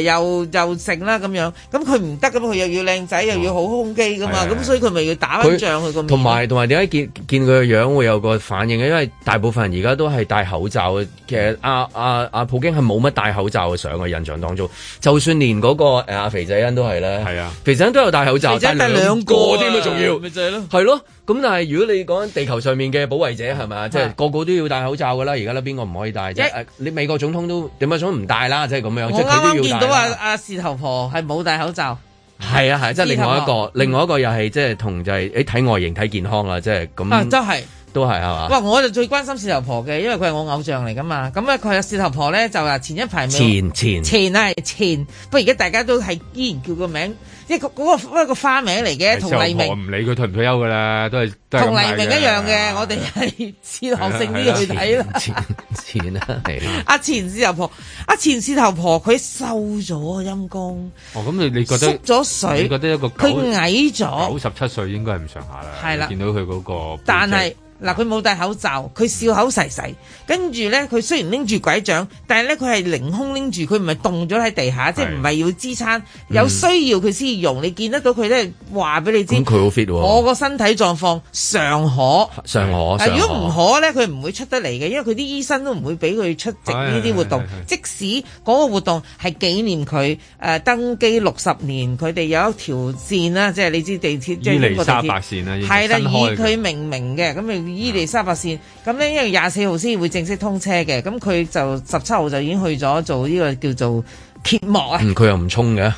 Speaker 4: 又又剩啦咁樣，咁佢唔得咁，佢又要靚仔，又要好胸肌噶嘛，
Speaker 2: 係係
Speaker 4: 咁所以佢咪要打翻仗佢個面
Speaker 2: 同埋同埋點解見見佢個樣會有個反應嘅？因為大部分人而家都係戴口罩嘅。其實阿阿阿普京係冇乜戴口罩嘅相嘅印象當中，就算連嗰、個誒阿肥仔恩都係咧，係
Speaker 3: 啊，
Speaker 2: 肥仔恩都有戴口罩，
Speaker 4: 肥仔戴
Speaker 2: 兩
Speaker 4: 兩個啊
Speaker 2: 添啊，仲要
Speaker 4: 咪就係咯，
Speaker 2: 係咯。咁但係如果你講緊地球上面嘅保衞者係咪啊？即係個個都要戴口罩㗎啦，而家咧邊個唔可以戴啫？
Speaker 4: 一
Speaker 2: 誒你美國總統都點解想唔戴啦？即係咁樣，
Speaker 4: 我
Speaker 2: 啊即係佢
Speaker 4: 啱
Speaker 2: 都
Speaker 4: 啱
Speaker 2: 要
Speaker 4: 見
Speaker 2: 戴
Speaker 4: 到啊
Speaker 2: 啦。
Speaker 4: 阿阿士頭婆係冇戴口罩，
Speaker 2: 係啊係，即係另外一
Speaker 4: 知頭
Speaker 2: 個
Speaker 4: 啊，
Speaker 2: 另外一個又係即係同就係誒睇外形睇健康啊，即係
Speaker 4: 啊
Speaker 2: 咁啊
Speaker 4: 真係。
Speaker 2: 都係係嘛？
Speaker 4: 哇！我就最關心士頭婆嘅，因為佢係我偶像嚟噶嘛。咁咧，佢係士頭婆咧就話前一排未
Speaker 2: 前前
Speaker 4: 前啊前，不過而家大家都係依然叫個名，即係嗰個嗰個嗰個花名嚟嘅，同黎
Speaker 3: 我
Speaker 4: 明
Speaker 3: 唔理佢退唔退休㗎啦，都係都係咁
Speaker 4: 同黎明
Speaker 3: 大嘅
Speaker 4: 一樣嘅，我哋
Speaker 2: 啊
Speaker 4: 係哲學性啲去睇啦。
Speaker 2: 前前啊，係啦
Speaker 4: 阿前士頭婆，阿前士頭婆佢瘦咗啊，陰公，
Speaker 3: 哦，咁你你覺
Speaker 4: 縮
Speaker 3: 得
Speaker 4: 咗水
Speaker 3: 你覺得一個九
Speaker 4: 佢矮咗
Speaker 3: 九，十七歲應該係唔上下啦。
Speaker 4: 係啦
Speaker 3: 見到佢嗰個，
Speaker 4: 但係嗱佢冇戴口罩，佢笑口噬噬，跟住咧佢雖然拎住拐杖，但係咧佢係凌空拎住，佢唔係凍咗喺地下，即係唔係要支撐，有需要佢先用。你見得到佢咧話俾你知，
Speaker 2: 咁佢好 fit 喎
Speaker 4: 我個身體狀況尚可。
Speaker 2: 上我
Speaker 4: 啊
Speaker 2: 上
Speaker 4: 如果唔
Speaker 2: 我
Speaker 4: 可咧，佢唔會出得嚟嘅，因為佢啲醫生都唔會俾佢出席呢啲活動。即使嗰個活動係紀念佢誒、呃登基六十年，佢哋有一條線啦，即係你知地鐵即係
Speaker 3: 伊
Speaker 4: 英
Speaker 3: 利
Speaker 4: 國地
Speaker 3: 沙
Speaker 4: 鐵
Speaker 3: 白線啊啦，已經
Speaker 4: 係啦，
Speaker 3: 新
Speaker 4: 以
Speaker 3: 開嘅
Speaker 4: 佢命名嘅，咁你伊利沙伯線，咁咧因為廿四號先會正式通車嘅，咁佢就十七號就已經去咗做呢個叫做揭幕啊。
Speaker 2: 嗯佢又唔衝嘅，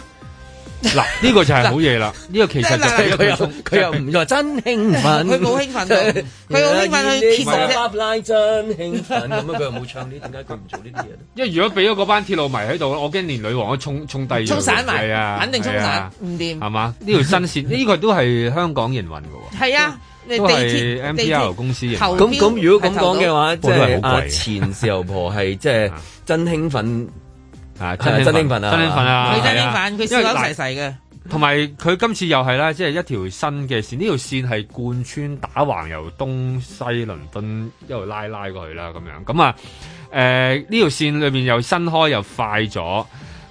Speaker 3: 嗱呢個就係好嘢啦。呢個其實就
Speaker 4: 啊
Speaker 3: 係一個
Speaker 2: 佢又佢又 唔話真興奮，啊
Speaker 4: 佢冇興奮到佢好興 奮去揭幕啫
Speaker 2: 真興奮咁樣，佢又冇唱呢，點解佢唔做呢啲嘢咧？
Speaker 3: 因為如果俾咗嗰班鐵路迷喺度，我驚連女王都衝衝低咗。
Speaker 4: 衝散埋
Speaker 3: 係啊，
Speaker 4: 肯定衝散
Speaker 3: 係啊
Speaker 4: 唔掂
Speaker 3: 係嘛？呢條新 線呢個都係香港營運嘅喎。
Speaker 4: 係啊，你地
Speaker 3: 都係
Speaker 4: 鐵地
Speaker 3: MTR
Speaker 4: 鐵
Speaker 3: 公司營
Speaker 4: 投
Speaker 3: 運。
Speaker 2: 咁咁，如果咁講嘅話，
Speaker 3: 不
Speaker 2: 即
Speaker 3: 過都
Speaker 2: 係
Speaker 3: 係好貴啊
Speaker 2: 阿前時候婆係即 係真興奮
Speaker 3: 啊，
Speaker 2: 真
Speaker 3: 真
Speaker 2: 興
Speaker 3: 興
Speaker 2: 奮
Speaker 3: 奮
Speaker 2: 啊，
Speaker 3: 真興奮啊
Speaker 4: 佢真
Speaker 3: 係
Speaker 4: 興
Speaker 3: 啊
Speaker 4: 奮，佢
Speaker 3: 因為
Speaker 4: 笑口
Speaker 3: 嗱
Speaker 4: 噬噬嘅。
Speaker 3: 同埋佢今次又係啦，即係一條新嘅線，呢條線係貫穿打橫由東西倫敦一路拉拉過去啦，咁樣咁啊，誒呢條線裏面又新開又快咗，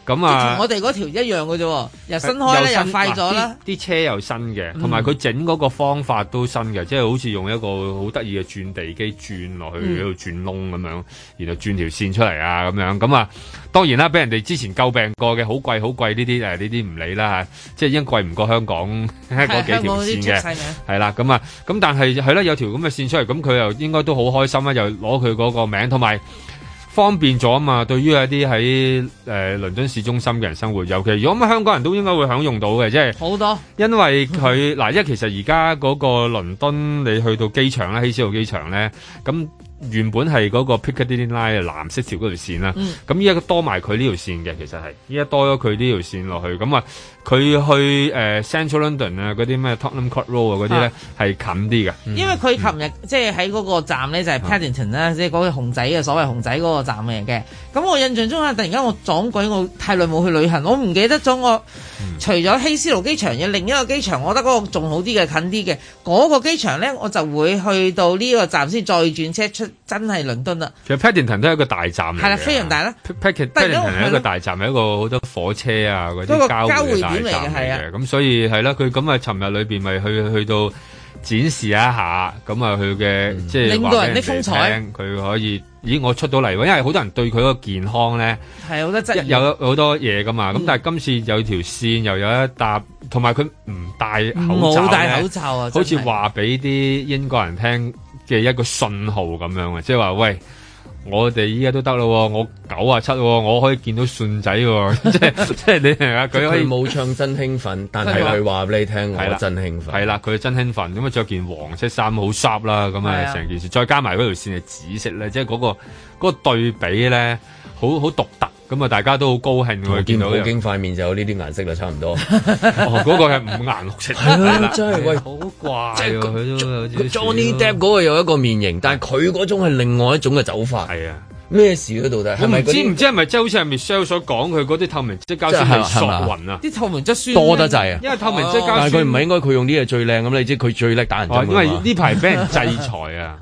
Speaker 3: 咁
Speaker 4: 同
Speaker 3: 啊
Speaker 4: 我。哋嗰條一樣嘅啫喎，又新開啦，又快咗啦。
Speaker 3: 嗱啲啲車又新嘅，
Speaker 4: 嗯
Speaker 3: 同埋佢整嗰個方法都新嘅，即係好似用一個好得意嘅轉地機轉落去
Speaker 4: 嗯
Speaker 3: 喺度轉窿咁樣，然後轉條線出嚟啊咁樣，咁啊當然啦，俾人哋之前詬病過嘅好貴好貴呢啲誒呃呢啲唔理啦嚇，即係已經貴唔過香 港嗰幾
Speaker 4: 香
Speaker 3: 條
Speaker 4: 港嗰
Speaker 3: 線
Speaker 4: 啲出
Speaker 3: 嘅
Speaker 4: 世。名
Speaker 3: 係啦，咁啊，咁但係係啦，有條咁嘅線出嚟，咁佢又應該都好開心啊啦，又攞佢嗰個名，同埋方便咗啊嘛。對於一啲喺誒倫敦市中心嘅人生活，尤其如果咁香港人都應該會享用到嘅，即係
Speaker 4: 好多。
Speaker 3: 因為佢嗱，因為其實而家嗰個倫敦，你去到機場啦，希斯路機場咧，咁原本係嗰個 Piccadilly Line 藍色條嗰條線啦
Speaker 14: 嗯，
Speaker 3: 咁依家多埋佢呢條線嘅，其實係依家多咗佢呢條線落去，咁啊，佢去誒、呃 Central London 啊，嗰啲咩 Tottenham Court Road 啊嗰啲咧
Speaker 4: 啊
Speaker 3: 係近啲嘅，嗯
Speaker 4: 因為佢琴日即係喺嗰個站咧就係 Paddington 啦，即係嗰個熊仔嘅所謂熊仔嗰個站嚟嘅。咁我印象中啊，突然間我撞鬼，我太耐冇去旅行，我唔記得咗我除咗希斯路機場嘅另一個機場，我覺得嗰個仲好啲嘅，近啲嘅嗰個機場咧，我就會去到呢個站先再轉車出真係倫敦啦。
Speaker 3: 其實 Paddington 都係一個大站嚟嘅，
Speaker 4: 係啦，非常大啦。
Speaker 3: Packet
Speaker 4: 但係因為
Speaker 3: Paddington 係一個大站，係一個好多火車啊嗰
Speaker 4: 嗰個
Speaker 3: 啲交
Speaker 4: 交
Speaker 3: 匯
Speaker 4: 匯
Speaker 3: 大
Speaker 4: 點嚟嘅
Speaker 3: 站嚟
Speaker 4: 係啊
Speaker 3: 嘅，咁所以係啦，佢咁啊，尋日裏邊咪去去到展示一下，咁啊佢嘅即係
Speaker 4: 領導
Speaker 3: 話俾
Speaker 4: 嗯人的
Speaker 3: 哋
Speaker 4: 風采
Speaker 3: 聽，佢可以，咦我出到嚟喎，因為好多人對佢嗰個健康咧。
Speaker 4: 係好嗯多質疑。
Speaker 3: 有有好多嘢噶嘛，咁但係今次有條線又有一搭，同埋佢唔戴口罩呢，
Speaker 4: 冇戴口罩啊
Speaker 3: 好似
Speaker 4: 真係
Speaker 3: 話俾啲英國人聽嘅一個信號咁樣啊，即係話喂。我哋依家都得咯喎，我九啊七喎，我可以見到信仔喎， 即係即係你明啊？佢可以
Speaker 2: 佢冇唱真興奮，但係佢話俾你聽，我真興奮。
Speaker 3: 係啦，佢真興奮，咁啊着件黃色衫好 sharp 啦，咁
Speaker 2: 係
Speaker 3: 啊
Speaker 2: 啊
Speaker 3: 成件事，再加埋嗰條線係紫色咧，即係嗰個嗰個對比咧，好好獨特，咁啊大家都好高興
Speaker 2: 我
Speaker 3: 喎，
Speaker 2: 見
Speaker 3: 見到
Speaker 2: 普
Speaker 3: 呢樣
Speaker 2: 京塊面就有呢啲顏色啦，差唔 多。
Speaker 3: 哦，嗰個係五顏六色，
Speaker 2: 係啊 真係喂
Speaker 3: 好怪喎，
Speaker 2: 即係佢
Speaker 3: 佢都有啲
Speaker 2: Johnny Depp 嗰個有一個面型，但係佢嗰種係另外一種嘅走法。
Speaker 3: 係啊，
Speaker 2: 咩事嗰度底？
Speaker 3: 我
Speaker 2: 係咪嗰
Speaker 3: 唔知
Speaker 2: 啲
Speaker 3: 唔知係咪即係好似係 Michelle 所講，佢嗰啲透明質膠先係索雲啊，
Speaker 4: 啲透明質酸
Speaker 2: 多得滯啊？
Speaker 3: 因為透明質
Speaker 2: 但
Speaker 3: 膠
Speaker 2: 係佢
Speaker 3: 酸
Speaker 2: 唔係應該佢用啲嘢最靚咁，你知佢最叻打人針
Speaker 3: 哦
Speaker 2: 㗎嘛
Speaker 3: 因為呢排俾人制裁 啊，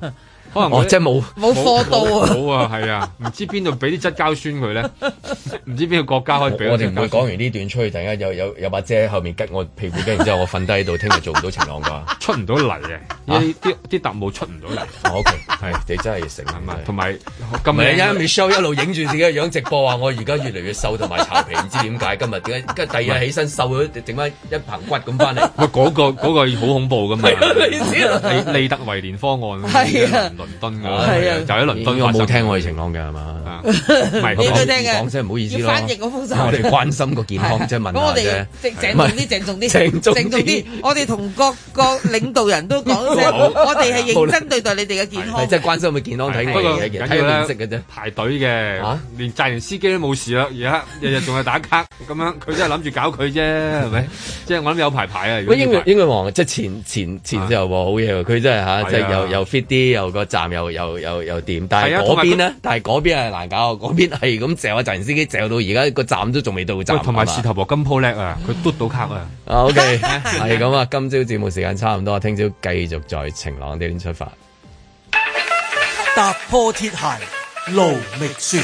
Speaker 3: 可能我
Speaker 2: 哦即係冇
Speaker 4: 冇貨到啊
Speaker 3: 冇啊，係啊，唔知邊度俾啲質膠酸佢咧， 唔知邊個國家可以俾
Speaker 2: 我哋唔會
Speaker 3: 會
Speaker 2: 講完呢段出去，突然間有有有把遮喺後面吉我屁股，跟住之後我瞓低喺度，聽日做唔到晴朗啩？啊
Speaker 3: 出唔到嚟嘅，啲啲啲特務出唔到嚟。
Speaker 2: 我 OK，係你真係成係
Speaker 3: 嘛？同埋
Speaker 2: 唔
Speaker 3: 咁
Speaker 2: 係，
Speaker 3: 靚
Speaker 2: 因為 Michelle 一路影住自己嘅樣直播話：我而家越嚟越瘦同埋巢皮，唔知點解今日點解？跟住第二日起身瘦咗，整翻一棚骨咁翻嚟。
Speaker 3: 喂，嗰個嗰個好恐怖噶嘛？
Speaker 2: 你知啊
Speaker 3: 利利特維連方案
Speaker 2: 係啊
Speaker 3: 倫敦㗎，
Speaker 2: 係啊
Speaker 3: 就喺倫敦
Speaker 2: 應該冇聽
Speaker 3: 我
Speaker 2: 哋情啊朗嘅係嘛？
Speaker 3: 唔係
Speaker 4: 應該聽嘅
Speaker 2: 講聲唔好意
Speaker 4: 要
Speaker 2: 思咯。
Speaker 4: 翻譯嗰封信
Speaker 2: 我哋關心個健康啫，問
Speaker 4: 咁我哋
Speaker 2: 下啫。
Speaker 4: 鄭鄭
Speaker 2: 唔
Speaker 4: 重
Speaker 2: 係
Speaker 4: 啲，鄭重啲，
Speaker 2: 鄭重
Speaker 4: 鄭重
Speaker 2: 啲
Speaker 4: 啲。我哋同各個領導人都講聲，
Speaker 2: 好
Speaker 4: 我哋係認
Speaker 2: 無論
Speaker 4: 真對待你哋嘅健康
Speaker 2: 係。真係關心佢健康睇
Speaker 3: 不
Speaker 2: 我
Speaker 3: 過
Speaker 2: 哋嘅
Speaker 3: 緊
Speaker 2: 睇
Speaker 3: 要
Speaker 2: 佢面
Speaker 3: 咧
Speaker 2: 色嘅啫。啊
Speaker 3: 排隊嘅
Speaker 2: 嚇，
Speaker 3: 連債人司機都冇事啦，而家日日仲係打卡咁樣，佢真係諗住搞佢啫，係咪？即係我諗有排排啊！如果
Speaker 2: 喂，英女英女王即係前前前就話好嘢喎，佢真係
Speaker 3: 係
Speaker 2: 嚇，
Speaker 3: 啊
Speaker 2: 即係又又 fit 啲，又個站又又又又點，但
Speaker 3: 係
Speaker 2: 係
Speaker 3: 啊
Speaker 2: 嗰邊
Speaker 3: 同埋
Speaker 2: 咧，但係嗰邊係難搞，嗰邊係咁嚼啊，陣司機嚼到而家個站都仲未到站，
Speaker 3: 喂同埋
Speaker 2: 係嘛
Speaker 3: 士頭婆金鋪叻啊，佢嘟到卡啊！
Speaker 2: 啊，OK，係 咁啊，今朝節目時間差唔多，聽朝繼續在晴朗的一天出發。
Speaker 1: 踏破鐵鞋路未雪。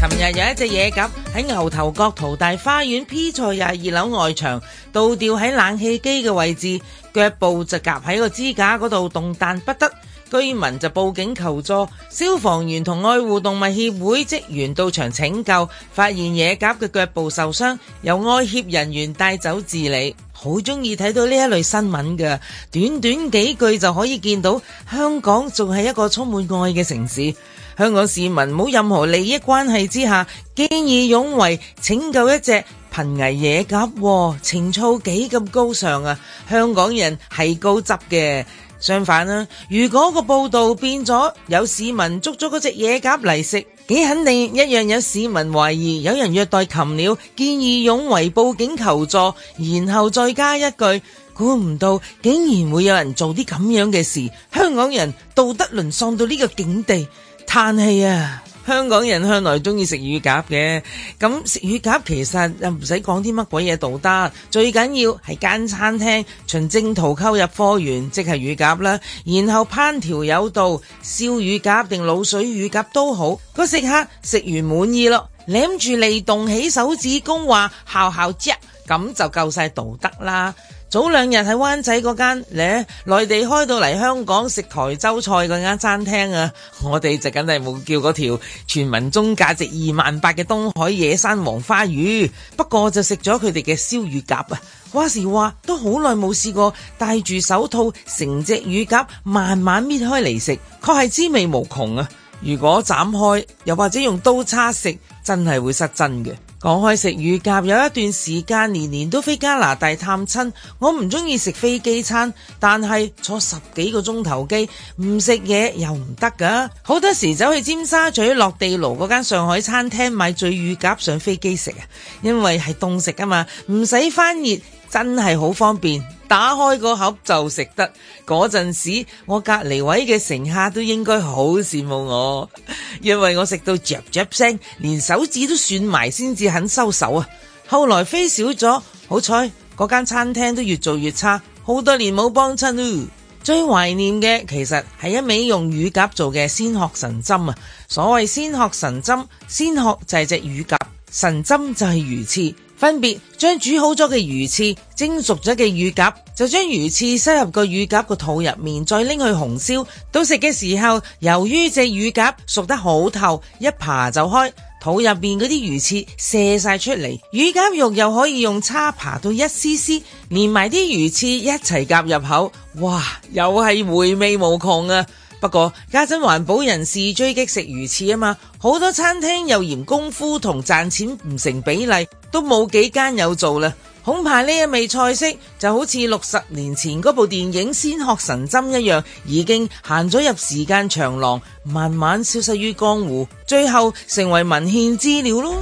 Speaker 4: 琴日有一隻野鴿喺牛頭角淘大花園 P 座廿二樓外牆倒吊喺冷氣機嘅位置，腳部就夾喺個支架嗰度動彈不得。居民就報警求助，消防員同愛護動物協會職員到場拯救，發現野鴿嘅腳部受傷，由愛協人員帶走治理。好中意睇到呢一類新聞㗎，短短幾句就可以見到香港仲係一個充滿愛嘅城市。香港市民冇任何利益關係之下，見義勇為拯救一隻瀕危野鴿喎，情操幾咁高尚啊！香港人係高質嘅。相反啦、如果個報道變咗有市民捉咗嗰隻野鴿嚟食，幾肯定一樣有市民懷疑有人虐待禽鳥，見義勇為報警求助，然後再加一句。估唔到竟然會有人做啲咁樣嘅事，香港人道德淪喪到呢個境地，嘆氣啊！香港人向來中意食乳鴿嘅，咁食乳鴿其實又唔使講啲乜鬼嘢道德，最緊要係間餐廳循正途溝入貨源，即係乳鴿啦，然後烹調有道，燒乳鴿定滷水乳鴿都好，個食客食完滿意咯，舐住嚟動起手指公話姣姣啫，咁就夠晒道德啦。早兩日喺灣仔嗰間咧，內地開到嚟香港食台州菜嗰間餐廳啊， 我哋就梗係冇叫嗰條全民中價值二萬八嘅東海野生黃花魚，不過就食咗佢哋嘅燒乳鴿啊！話時話都好耐冇試過戴住手套，成隻乳鴿慢慢搣開嚟食，確係滋味無窮啊！如果斬開，又或者用刀叉食，真係會失真嘅。講開食乳鴿，有一段時間年年都飛加拿大探親，我唔中意食飛機餐，但係坐十幾個鐘頭機，唔食嘢又唔得㗎。好多時走去尖沙咀落地牢嗰間上海餐廳買醉乳鴿上飛機食啊，因為係凍食啊嘛，唔使翻熱，真係好方便。打開個盒就食得，嗰陣時我隔離位嘅乘客都應該好羨慕我，因為我食到嚼嚼聲，連手指都算埋先至肯收手啊！後來飛少咗，好彩嗰間餐廳都越做越差，好多年冇幫襯啦。最懷念嘅其實係一味用乳鴿做嘅鮮殼神針啊！所謂鮮殼神針，鮮殼就係隻乳鴿，神針就係魚翅。分別將煮好咗嘅魚翅、蒸熟咗嘅乳鴿，就將魚翅塞入個乳鴿個肚入面，再拎去紅燒。到食嘅時候，由於隻乳鴿熟得好透，一扒就開，肚入邊嗰啲魚翅瀉晒出嚟，乳鴿肉又可以用叉扒到一絲絲，連埋啲魚翅一齊夾入口，哇！又係回味無窮啊！不過家陣環保人士追擊食魚翅啊嘛，好多餐廳又嫌功夫同賺錢唔成比例，都冇幾間有做啦。恐怕呢一味菜式就好似六十年前嗰部電影《仙鶴神針》一樣，已經行咗入時間長廊，慢慢消失於江湖，最後成為文獻資料咯。